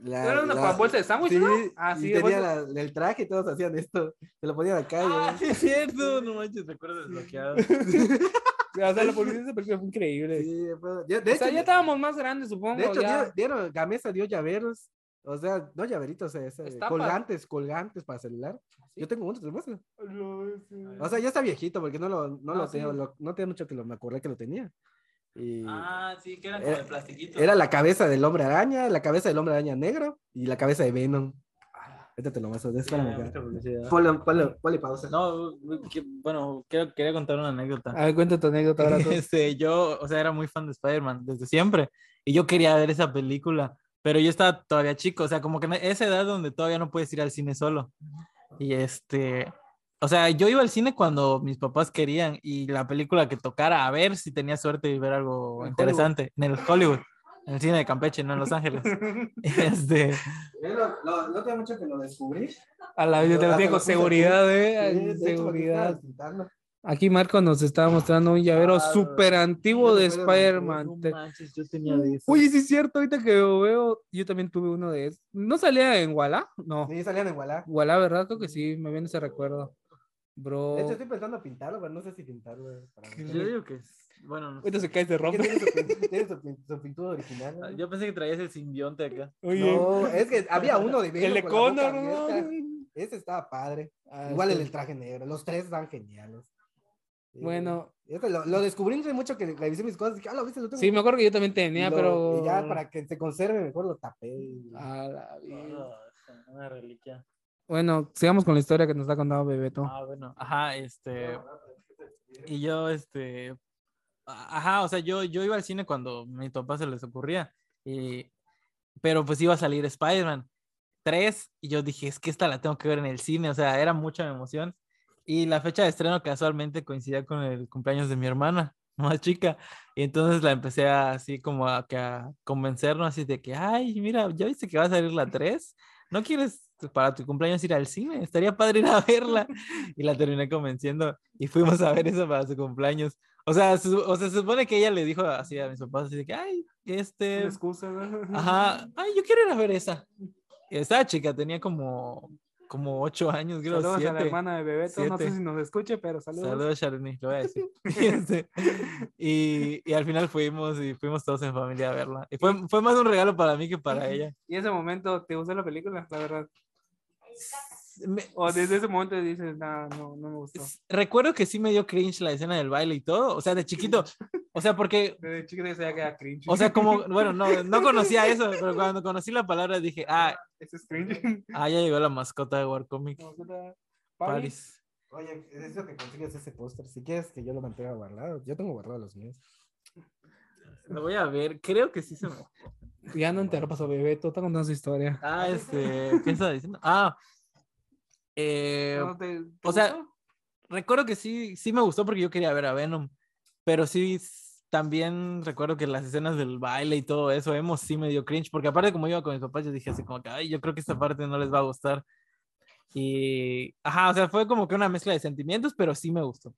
S2: la
S1: Era una
S2: la-
S1: bolsa de sándwich,
S2: Sí,
S1: ¿no? Ah, sí,
S2: y
S1: de
S2: tenía la- el traje y todos hacían esto. Se lo ponían acá. y-
S3: Ah, sí, es cierto, no manches, recuerdo desbloqueado.
S1: O sea, la publicidad de esa película fue increíble.
S2: Sí, fue- yo- de
S1: De
S2: hecho,
S1: ya estábamos más grandes, supongo.
S2: de hecho
S1: ya.
S2: dieron, dieron- Gamesa dio llaveros. O sea, no llaveritos, eh, ese-
S1: Estampas.
S2: colgantes, colgantes para celular. Yo tengo uno, te lo muestro.
S1: Lo- sí.
S2: O sea, ya está viejito porque no lo, no
S1: Ah,
S2: lo
S1: sí.
S2: tengo, lo- no tenía mucho que lo, me acordé que lo tenía. Y
S3: Ah, sí, que era
S2: Era-
S3: como de plastiquito.
S2: era la cabeza del hombre araña, la cabeza del hombre araña negro y la cabeza de Venom. Ahorita te lo muestro,
S3: Sí, era
S2: espérame
S3: mucha
S2: acá.
S3: publicidad.
S2: Ponle, ponle- ponle pausa.
S3: No, que- bueno, quiero, quería contar una anécdota.
S1: A ver, cuenta tu anécdota ahora tú.
S3: Este, yo, o sea, era muy fan de Spider-Man desde siempre. Y yo quería ver esa película, pero yo estaba todavía chico, o sea, como que en esa edad donde todavía no puedes ir al cine solo. Y este, o sea, yo iba al cine cuando mis papás querían y la película que tocara, a ver si tenía suerte de ver algo
S2: En
S3: interesante en el Hollywood, en el cine de Campeche, no en Los Ángeles. este,
S2: Yo lo- lo- no tenía mucho que lo descubrí.
S1: A la vez te lo
S2: Ahora
S1: digo,
S2: te lo
S1: con
S2: puse
S1: seguridad, eh.
S2: Sí,
S1: ay,
S2: de hecho, porque
S1: seguridad.
S2: estaba pintando.
S1: Aquí Marco nos está mostrando un llavero
S3: Ah,
S1: súper antiguo de
S2: Spider-Man,
S1: Spider-Man.
S3: no manches, yo tenía de eso.
S1: Oye, sí es cierto, ahorita que lo veo, yo también tuve uno de esos. ¿No salía en Walla? No.
S2: Sí, salían en Walla.
S1: Walla, ¿verdad? Creo que sí, me viene ese recuerdo. Bro.
S2: De hecho, estoy pensando pintarlo, pero no sé si pintarlo. para
S1: Qué
S3: Yo
S2: meterlo.
S3: digo que es- bueno, no sé.
S1: Ahorita se cae de
S2: Es que
S1: ropa.
S2: tiene su pin- tiene su pin- su pintura original. ¿no?
S3: Ah, Yo pensé que traías el simbionte acá.
S1: Oye,
S2: No, es que había uno de
S1: el
S2: Venom
S1: de
S2: con la boca
S1: Connor, ¿no?
S2: abierta. Ese estaba padre.
S1: Ah,
S2: Igual el
S1: este-
S2: del traje negro. Los tres están geniales. Sí.
S1: Bueno,
S2: Este lo, lo descubrí entre mucho que revisé mis cosas. Dije, ah, lo viste, lo tengo.
S1: sí, me acuerdo que yo también
S2: Y
S1: tenía,
S2: lo-
S1: pero.
S2: y ya para que se conserve mejor lo tapé. y-
S1: A Ah, la vida.
S3: Ah. Una reliquia.
S1: Bueno, sigamos con la historia que nos ha contado Bebeto.
S3: Ah, bueno, ajá, este. Y yo, este, a- ajá, o sea, yo, yo iba al cine cuando a mis papás se les ocurría, y, pero pues iba a salir Spider-Man 3 y yo dije, es que esta la tengo que ver en el cine, o sea, era mucha emoción. Y la fecha de estreno casualmente coincidía con el cumpleaños de mi hermana más chica. Y entonces la empecé a- así como a, que a convencernos así de que, ay, mira, ya viste que va a salir la 3, ¿no quieres para tu cumpleaños ir al cine? Estaría padre ir a verla. Y la terminé convenciendo y fuimos a ver eso para su cumpleaños. O sea, su- o sea, se supone que ella le dijo así a mis papás, así de que, ay,
S4: Una
S3: este,
S4: excusa, ¿no?
S3: ajá, ay, yo quiero ir a ver esa. Y estaba chica, tenía como, como ocho años, creo,
S4: Saludos a la
S3: siete.
S4: hermana de Bebeto, no sé
S3: siete.
S4: si nos escuche, pero saludos.
S3: Saludos, Sharoni, lo voy a decir. Y, este, y, y al final fuimos y fuimos todos en familia a verla. Y fue, fue más un regalo para mí que para ella.
S4: Y ese momento, ¿te gustó la película? La verdad.
S3: Me-
S4: O desde ese momento dices, no, no, no me gustó.
S3: recuerdo que sí me dio cringe la escena del baile y todo, o sea, de chiquito. O sea, porque,
S4: Desde chiquito ya sabía que era cringe.
S3: o sea, como, bueno, no, no conocía eso, pero cuando conocí la palabra dije, ah,
S4: Ese es cringe.
S3: ah ya llegó la mascota de Warcomic.
S4: Paris.
S3: Paris.
S2: Oye, es eso que consigues ese póster. Si quieres que yo lo mantenga guardado, yo tengo guardado los míos.
S3: Lo voy a ver, creo que sí se me...
S1: Ya no interrumpas a Bebeto, está contando su historia.
S3: Ah, este, ¿qué estaba diciendo? Ah, eh,
S4: ¿No te- te
S3: o sea,
S4: gustó?
S3: recuerdo que sí, sí me gustó porque yo quería ver a Venom, pero sí s- también recuerdo que las escenas del baile y todo eso, emo sí me dio cringe, porque aparte como iba con mis papás, yo dije así como que, ay, yo creo que esta parte no les va a gustar. Y, ajá, o sea, fue como que una mezcla de sentimientos, pero sí me gustó.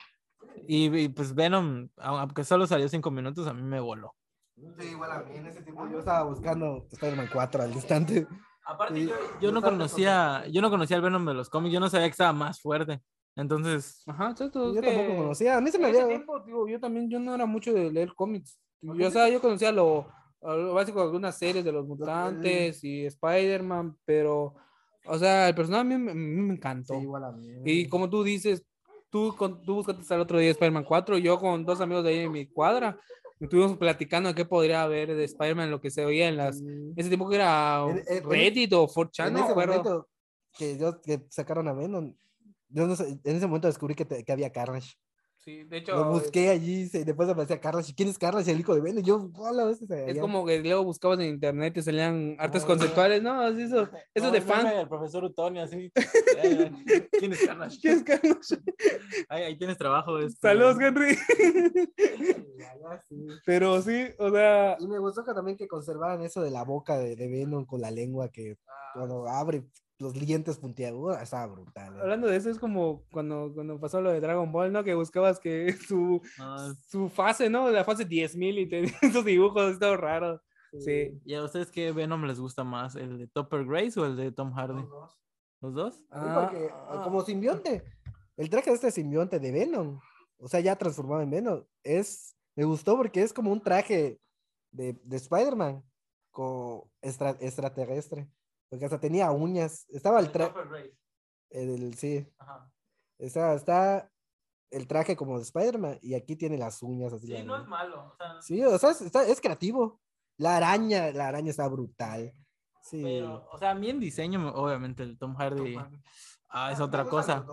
S3: Y, y, pues Venom, au- aunque solo salió cinco minutos, a mí me voló.
S2: Sí, igual a mí en ese tiempo yo estaba buscando Spider-Man 4 al instante.
S3: Aparte,
S2: Sí,
S3: yo, yo no
S2: bastante
S3: conocía, yo no conocía el Venom de los cómics, yo no sabía que estaba más fuerte. Entonces,
S1: Ajá, exacto. es
S2: Yo tampoco
S1: que
S2: conocía, a mí se
S1: en
S2: me
S1: ese
S2: había.
S1: tiempo, digo, yo también, yo no era mucho de leer cómics. Yo, o sea, yo conocía lo, a lo básico de algunas series de los mutantes y Spider-Man, pero, o sea, el personaje a mí me, me- me
S2: Sí,
S1: encantó.
S2: igual a mí.
S1: Y como tú dices, tú, con, tú buscaste hasta el otro día Spider-Man 4, yo con dos amigos de ahí en mi cuadra, estuvimos platicando de qué podría haber de Spider-Man, lo que se oía en las... Ese tiempo que era
S2: En- e, en- en-
S1: Reddit o 4chan,
S2: en
S1: no me
S2: ese
S1: acuerdo.
S2: momento que, yo, que sacaron a Venom, yo no sé, en ese momento descubrí que, te- que había Carnage.
S1: Sí, de hecho,
S2: Lo busqué allí se- después aparecía Carnage. ¿Y ¿Quién es Carnage? El hijo de Venom. Yo, hola, este se
S1: es
S2: veía.
S1: como que luego buscabas en internet y salían artes
S3: Ah.
S1: conceptuales, ¿no? Así Eso, eso es de fan.
S3: El profesor Utonio, así. Eh, ¿Quién es Carnage?
S1: ¿Quieres que no se-
S3: Ahí, ahí tienes trabajo. este.
S1: Saludos, Henry.
S2: Ya, ya, sí.
S1: Pero sí, o sea,
S2: Y me gustó que también que conservaran eso de la boca de, de Venom con la lengua que
S1: Ah.
S2: cuando abre los dientes puntiagudos, estaba brutal. ¿eh?
S1: hablando de eso, es como cuando, cuando pasó lo de Dragon Ball, ¿no? Que buscabas que su,
S2: Ah.
S3: No, es-
S1: su fase, ¿no? La fase 10.000 y tenía esos dibujos, todo raro. Sí.
S3: ¿Y a ustedes qué Venom les gusta más? ¿El de Topper Grace o el de Tom Hardy? ¿Los dos?
S2: Sí, porque, Ah, como simbionte, el traje de este simbionte de Venom, o sea, ya transformado en Venom, es, me gustó porque es como un traje de, de Spider-Man co- extra- extraterrestre, porque hasta tenía uñas, estaba el traje, sí, está, está el traje como de Spider-Man y aquí tiene las uñas así. la-
S3: malo.
S2: Sí, o sea, es, está- es creativo. La araña, la araña está brutal. Sí.
S3: o sea, a mí en diseño, me- obviamente, el Tom Hardy ah, es otra cosa.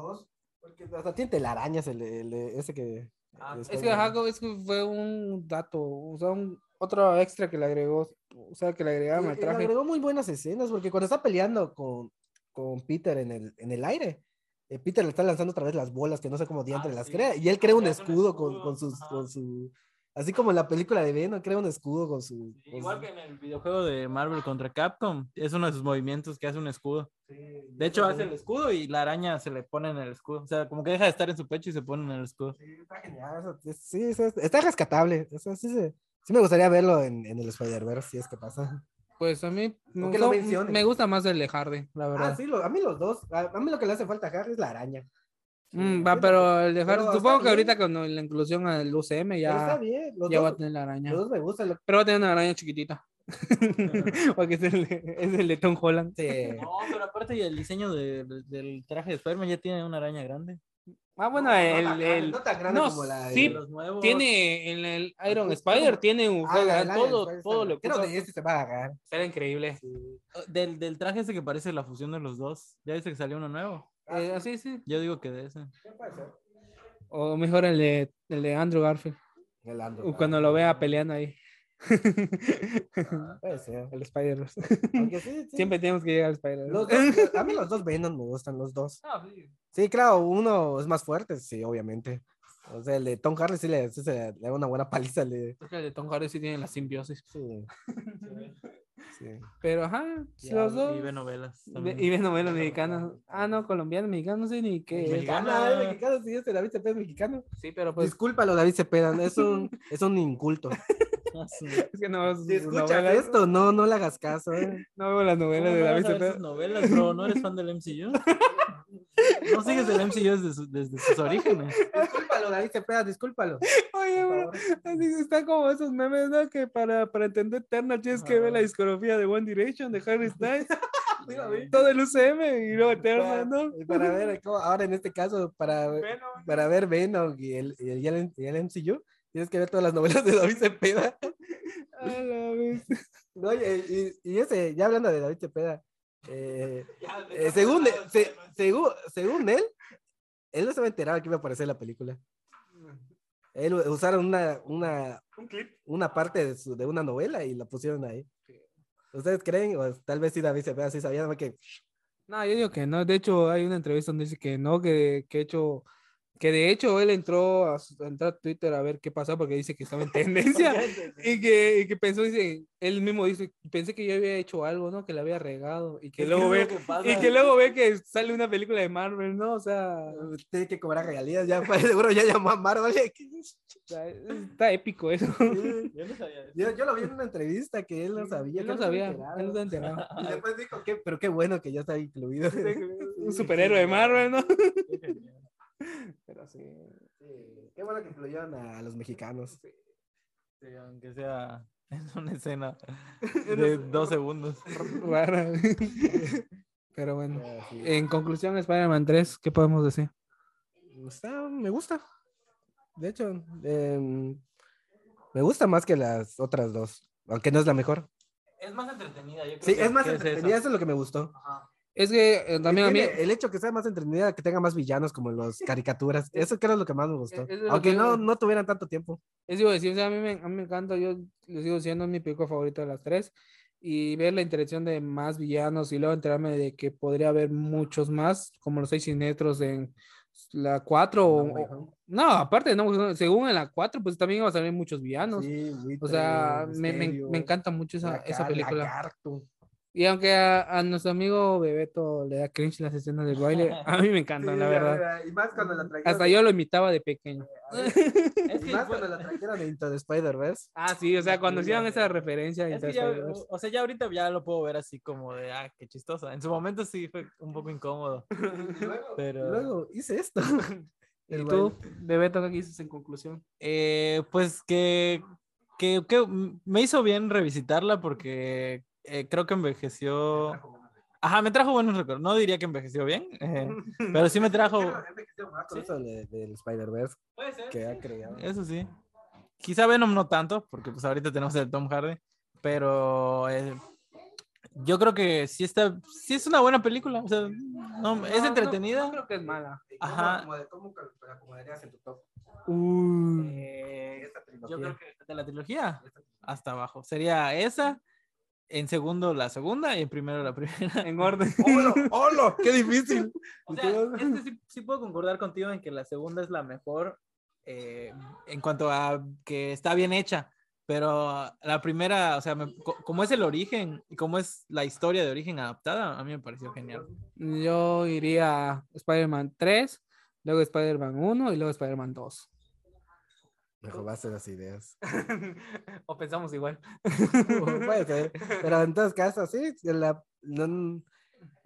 S2: Porque hasta tiene telarañas el, el- ese que. este,
S3: Ah,
S2: el
S3: es
S1: Es que,
S2: Spider-Man.
S1: ajá, como- es que fue un dato, o sea, un, otro extra que le agregó, o sea, que le agregaron
S2: Y-
S1: al
S2: y le
S1: traje.
S2: agregó muy buenas escenas porque cuando está peleando con, con Peter en el, en el aire, eh, Peter le está lanzando otra vez las bolas que no sé cómo diantre
S3: Ah,
S2: las
S3: sí.
S2: crea y él crea un
S3: Crea un
S2: escudo con,
S3: escudo,
S2: con sus.
S3: ajá.
S2: Con su, así como en la película de Venom, crea un escudo con su. con
S3: Igual
S2: su-
S3: que en el videojuego de Marvel contra Capcom, es uno de sus movimientos que hace un escudo. De hecho, hace el escudo y la araña se le pone en el escudo. O sea, como que deja de estar en su pecho y se pone en el escudo.
S2: Sí, está genial. eso- es- Sí, eso es- está rescatable. eso sí, se- sí me gustaría verlo en, en el Spider-Verse, si es que pasa.
S1: Pues a mí me,
S2: ¿Por qué lo
S1: gustó-
S2: menciones?
S1: me gusta más el de Hardy, la verdad.
S2: Ah, sí, lo- a mí los dos. A, a mí lo que le hace falta a Harry es la araña.
S1: Mm,
S2: Sí,
S1: va,
S2: sí,
S1: pero el de
S2: pero
S1: Hardy,
S2: está
S1: supongo que
S2: bien.
S1: ahorita con la inclusión al UCM
S2: Pero está
S1: ya,
S2: bien. Los,
S1: ya va a
S2: dos,
S1: tener la araña.
S2: los dos me gustan. Lo,
S1: Pero va a tener una araña chiquitita. Porque es el, de- es el de Tom Holland.
S2: sí.
S3: No, pero aparte y el diseño de- de- del traje de Spider-Man ya tiene una araña grande.
S1: Ah, bueno,
S2: No,
S1: el,
S2: no tan grande,
S1: el-
S2: no tan grande
S1: no,
S2: como la de-
S1: sí,
S3: De los nuevos.
S1: tiene en el Iron
S2: como-
S1: Spider, tiene un,
S2: Ah, la- la-
S1: todo,
S2: la-
S1: todo lo que
S2: Creo que este se va a agarrar.
S1: era increíble.
S3: Oh, Del, del traje ese que parece la
S2: Ah,
S3: fusión de los dos. Ya dice que salió uno nuevo.
S1: Eh, sí, sí.
S3: Yo digo que de ese.
S1: O O mejor el de, el de Andrew Garfield.
S2: El Andrew
S1: o Uh, Cuando
S2: Garfield.
S1: lo vea peleando ahí.
S2: Puede ser.
S1: el Spider-Verse.
S2: Aunque sí, sí.
S1: Siempre tenemos que llegar al Spider-Verse.
S2: Los dos- a mí los dos Venom me gustan, los dos.
S4: Ah, sí.
S2: Sí, claro, uno es más fuerte, sí, obviamente. O sea, el de Tom Hardy sí le, sí se le da una buena paliza. Le,
S1: Creo que el de Tom Hardy sí tiene la simbiosis.
S2: sí, sí.
S1: Pero ajá, los dos.
S3: Y ve novelas.
S1: Ve-
S3: también.
S1: Y ven novelas mexicanas. Ah, no, colombiano, mexicano, no sé ni qué. es.
S2: Mexicano,
S3: Mexicana.
S2: es mexicano, sí, este David Cepeda es mexicano.
S1: Sí, pero pues
S2: Discúlpalo, David Cepeda, no, es un, es un inculto.
S3: Ah, su-
S1: es que no veo sus
S2: Si escuchas
S1: novelas,
S2: esto, no, no le hagas caso. eh.
S1: No veo las novelas
S3: ¿Cómo
S1: de
S3: no
S1: David
S3: vas a ver
S1: Cepeda.
S3: esas novelas, bro? ¿No eres fan del MCU? ¿No sigues el MCU desde, su- desde sus orígenes?
S2: Discúlpalo, David Cepeda, discúlpalo.
S1: Oye, bro, así está como esos memes, ¿no? Que para, para entender Eternal tienes que ver la discografía de One Direction, de Harry Styles, todo el UCM y luego Eternal, ¿no?
S2: Para, eh, para ver, cómo- ahora en este caso, para, para ver Venom y el, y el, y el- y el MCU, tienes que ver todas las novelas de David Cepeda.
S1: A la vez.
S2: No, y, y- y ese, ya hablando de David Cepeda, eh, eh, según, se- según, según él, él no se había enterado que iba a aparecer la película. Él usaron una, una,
S4: Un clip.
S2: una parte de, su- de una novela y la pusieron ahí. ¿Ustedes creen? O tal vez sí David Cepeda sí sabía, nada más que
S1: No, yo digo que no. De hecho, hay una entrevista donde dice que no, que, que hecho, que de hecho él entró a, su- entró a Twitter a ver qué pasó porque dice que estaba en tendencia y que, y que pensó, dice, él mismo dice, pensé que yo había hecho algo, ¿no? Que le había regado y que luego ve, y que luego ve que sale una película de Marvel, ¿no? O sea,
S2: uh, tiene que cobrar regalías, ya pues, seguro ya llamó a Marvel.
S1: está, está épico eso.
S3: Yo no sabía eso.
S2: Yo, yo lo vi en una entrevista que él no sabía.
S1: Él
S2: que
S1: no
S2: se había
S1: sabía,
S2: enterado.
S1: él no se enteraba.
S2: Y después dijo que, pero qué bueno que ya está incluido.
S1: Un superhéroe de Marvel, ¿no?
S3: Qué genial.
S1: Pero sí.
S2: Sí, Qué bueno que incluyeron a, a los mexicanos.
S3: Sí, aunque sea en una escena de dos segundos.
S1: Rara. Pero bueno.
S2: Ah, sí.
S1: En conclusión, Spider-Man 3, ¿qué podemos decir?
S2: Está- me gusta. De hecho, em, me gusta más que las otras dos, aunque no es la mejor.
S3: Es más entretenida, yo creo.
S2: Sí, es más entretenida, eso es lo que me gustó.
S1: Es que eh, también a mí.
S2: Tiene- El hecho que sea más entretenida, que tenga más villanos como los caricaturas, eso creo es lo que más me gustó.
S1: E-, Es- es lo
S2: Aunque
S1: que-
S2: no, no tuvieran tanto tiempo.
S1: Es digo, decir, o sea, a mí me, a mí me encanta, yo les digo, siendo es mi película favorita de las tres, y ver la interacción de más villanos y luego enterarme de que podría haber muchos más, como los seis siniestros en la 4 o...
S2: No Way
S1: o- No, aparte, no, según en la 4, pues también iba a salir muchos villanos.
S2: Sí,
S1: O
S2: Buitre,
S1: sea, me, me-
S2: Misterio,
S1: me encanta mucho esa,
S2: Lagar-
S1: esa película.
S2: Lagarto.
S1: Y aunque a, a nuestro amigo Bebeto le da cringe las escenas del baile, a mí me encantan, la
S2: Sí,
S1: verdad.
S2: Y más cuando la trajeron.
S1: Hasta yo lo imitaba de pequeño.
S3: Es
S2: y
S3: que,
S2: más
S3: fue-
S2: cuando la trajeron de Into the Spider-Verse.
S1: Ah, sí, o sea, cuando
S3: Sí, ya
S1: hicieron
S3: sé.
S1: esa referencia.
S3: es que
S1: entonces,
S3: ya,
S1: ahí ves.
S3: o, o sea, ya ahorita ya lo puedo ver así como de, ah, qué chistosa. En su momento sí fue un poco incómodo, pero...
S2: Luego hice esto.
S1: ¿Y
S2: El
S1: tú, Bebeto, qué dices en conclusión?
S3: Eh, pues que, que, que m- me hizo bien revisitarla porque eh, creo que envejeció. Ajá, me trajo buenos recuerdos. No diría que envejeció bien, eh, pero sí me trajo.
S2: Con eso de- del Spider-Verse que ha creado.
S3: Eso sí. Quizá Venom no tanto, porque pues ahorita tenemos el Tom Hardy, pero eh, yo creo que sí está, sí es una buena película. O sea, no, es entretenida.
S1: No, creo que es mala.
S3: Ajá.
S2: ¿Cómo la acomodarías en tu top?
S3: Eh,
S2: Esta
S3: Yo creo
S2: trilogía.
S3: que de la trilogía hasta abajo. Sería esa, en segundo la segunda y en primero la primera.
S1: En orden.
S2: ¡Hola! ¡Hola! ¡Qué difícil!
S3: O sea, este sí, sí puedo concordar contigo en que la segunda es la mejor eh, en cuanto a que está bien hecha, pero la primera, o sea, me- co- como es el origen y como es la historia de origen adaptada, a mí me pareció genial.
S1: Yo iría a Spider-Man 3, luego Spider-Man 1 y luego Spider-Man 2.
S2: Me robaste las ideas.
S1: o pensamos igual.
S2: Puede ser, Pero en todos casos, sí. la- no-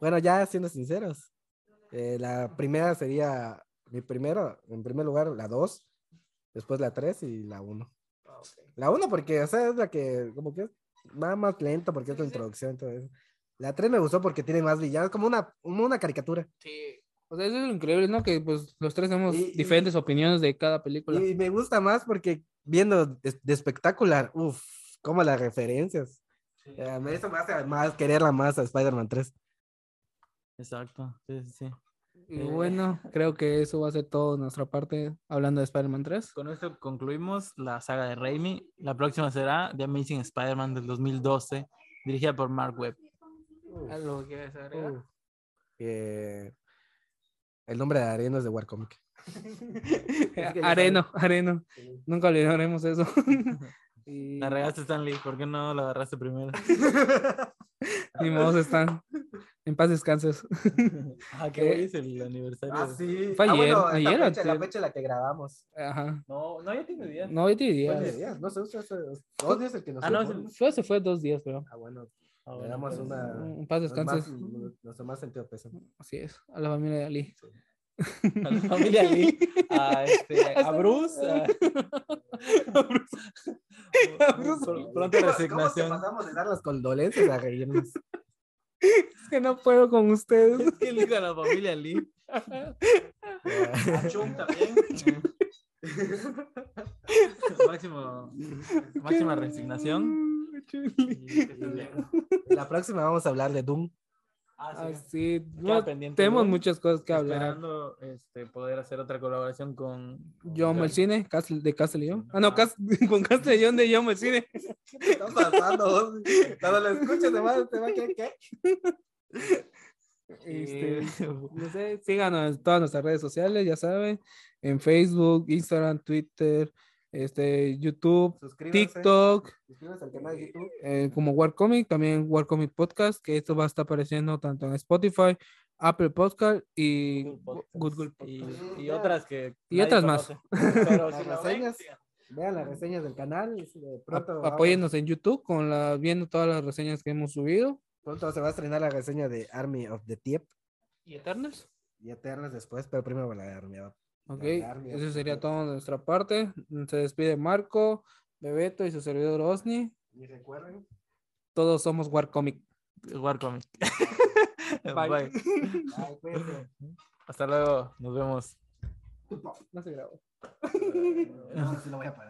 S2: bueno, ya siendo sinceros, eh, la primera sería mi primero, en primer lugar, la 2, después la 3 y la 1. La 1 porque, o sea, es la que como que va más lento porque es la introducción. y todo eso. La 3 me gustó porque tiene más villanos, como una, como una caricatura.
S1: O sea, eso es lo increíble, ¿no? Que pues los tres tenemos
S2: Y- y-
S1: diferentes opiniones de cada película.
S2: Y me gusta más porque viendo de, de espectacular, uff, como las referencias. Eh, me- eso me hace más quererla más a Spider-Man 3.
S3: Exacto, sí, sí, sí.
S1: Y
S3: Eh.
S1: bueno, creo que eso va a ser todo de nuestra parte hablando de Spider-Man 3.
S3: Con esto concluimos la saga de Raimi. La próxima será The Amazing Spider-Man del 2012, dirigida por Mark Webb.
S1: ¿Algo que quieras agregar?
S2: Que Eh, el nombre de Areno es de Warcomic.
S1: Eh,
S2: que ya
S1: areno, areno. Nunca olvidaremos eso. y
S3: La regaste, Stanley. ¿Por qué no la agarraste primero?
S1: ni modos están. En paz descanses.
S3: Ah, que hoy es el aniversario.
S2: Ah,
S3: de-
S2: sí.
S1: Fue
S2: Ah, bueno,
S1: ayer,
S2: esta
S1: ayer,
S2: fecha, la
S1: antier.
S2: fecha en la que grabamos.
S1: Ajá.
S3: No, no, ya tiene días.
S1: No, yo te diría.
S2: Pues, ya, No sé, usted hace dos días el que nos
S3: Ah, no,
S2: dejó,
S3: es el-
S2: ¿no?
S1: Fue, se fue dos días, pero.
S2: Ah, bueno,
S3: Ah,
S2: le
S3: bueno,
S2: damos
S3: pues,
S2: una...
S1: En paz
S2: nos más-
S1: descanses.
S2: Nos más sentido peso.
S1: Así es. A la familia de Ali.
S3: A la familia Lee, a, este, a Bruce. A,
S1: A Bruce.
S3: Pr- Pronta resignación.
S2: pasamos de dar las condolencias a reírnos?
S1: Es que no puedo con ustedes.
S3: Es que elijo a la familia Lee.
S2: Ah,
S3: A Chum también. Máximo, máxima resignación. Y que estés bien.
S2: La próxima vamos a hablar de Doom.
S3: Ah, sí.
S1: Así.
S3: Queda
S1: No,
S3: pendiente,
S1: tenemos
S3: ¿no?
S1: muchas cosas que hablar.
S3: Esperando este, poder hacer otra colaboración con. con
S1: Yo amo el
S3: Gaby.
S1: cine, Castle- de Castellón. Ah, no, Cas- con Castellón de Yo amo el cine.
S2: ¿Qué está pasando? Cuando lo escuches te va, te va a quedar, ¿qué?
S1: Este, no sé, síganos en todas nuestras redes sociales, ya saben, en Facebook, Instagram, Twitter, este, YouTube,
S2: Suscríbanse.
S1: TikTok,
S2: Suscríbanse al canal de YouTube.
S1: eh, como Warcomic, también Warcomic Podcast, que esto va a estar apareciendo tanto en Spotify, Apple Podcast y
S3: Google Podcast.
S1: Google
S3: Y,
S1: Podcast.
S3: y otras que.
S1: Y
S3: nadie
S1: otras más.
S3: conoce. Pero
S2: Las
S3: si lo ven,
S2: reseñas.
S3: sigan.
S2: Vean las reseñas del canal. y si de
S1: Ap-
S2: Pronto, ah, vamos-
S1: Apóyennos en YouTube con la, viendo todas las reseñas que hemos subido.
S2: pronto se va a estrenar la reseña de Army of the Tiep
S1: ¿Y Eternals?
S2: y Eternas después, pero primero la de Army. ¿va?
S1: Ok,
S2: Larga.
S1: eso sería todo de nuestra parte. Se despide Marco, Bebeto y su servidor Osni.
S2: Y recuerden.
S1: Todos somos Warcomic.
S3: Warcomic.
S1: Bye.
S3: Bye.
S2: Ay, cuídense.
S3: Hasta luego. Nos vemos.
S1: No se grabó.
S2: eh, No, sí lo voy a parar.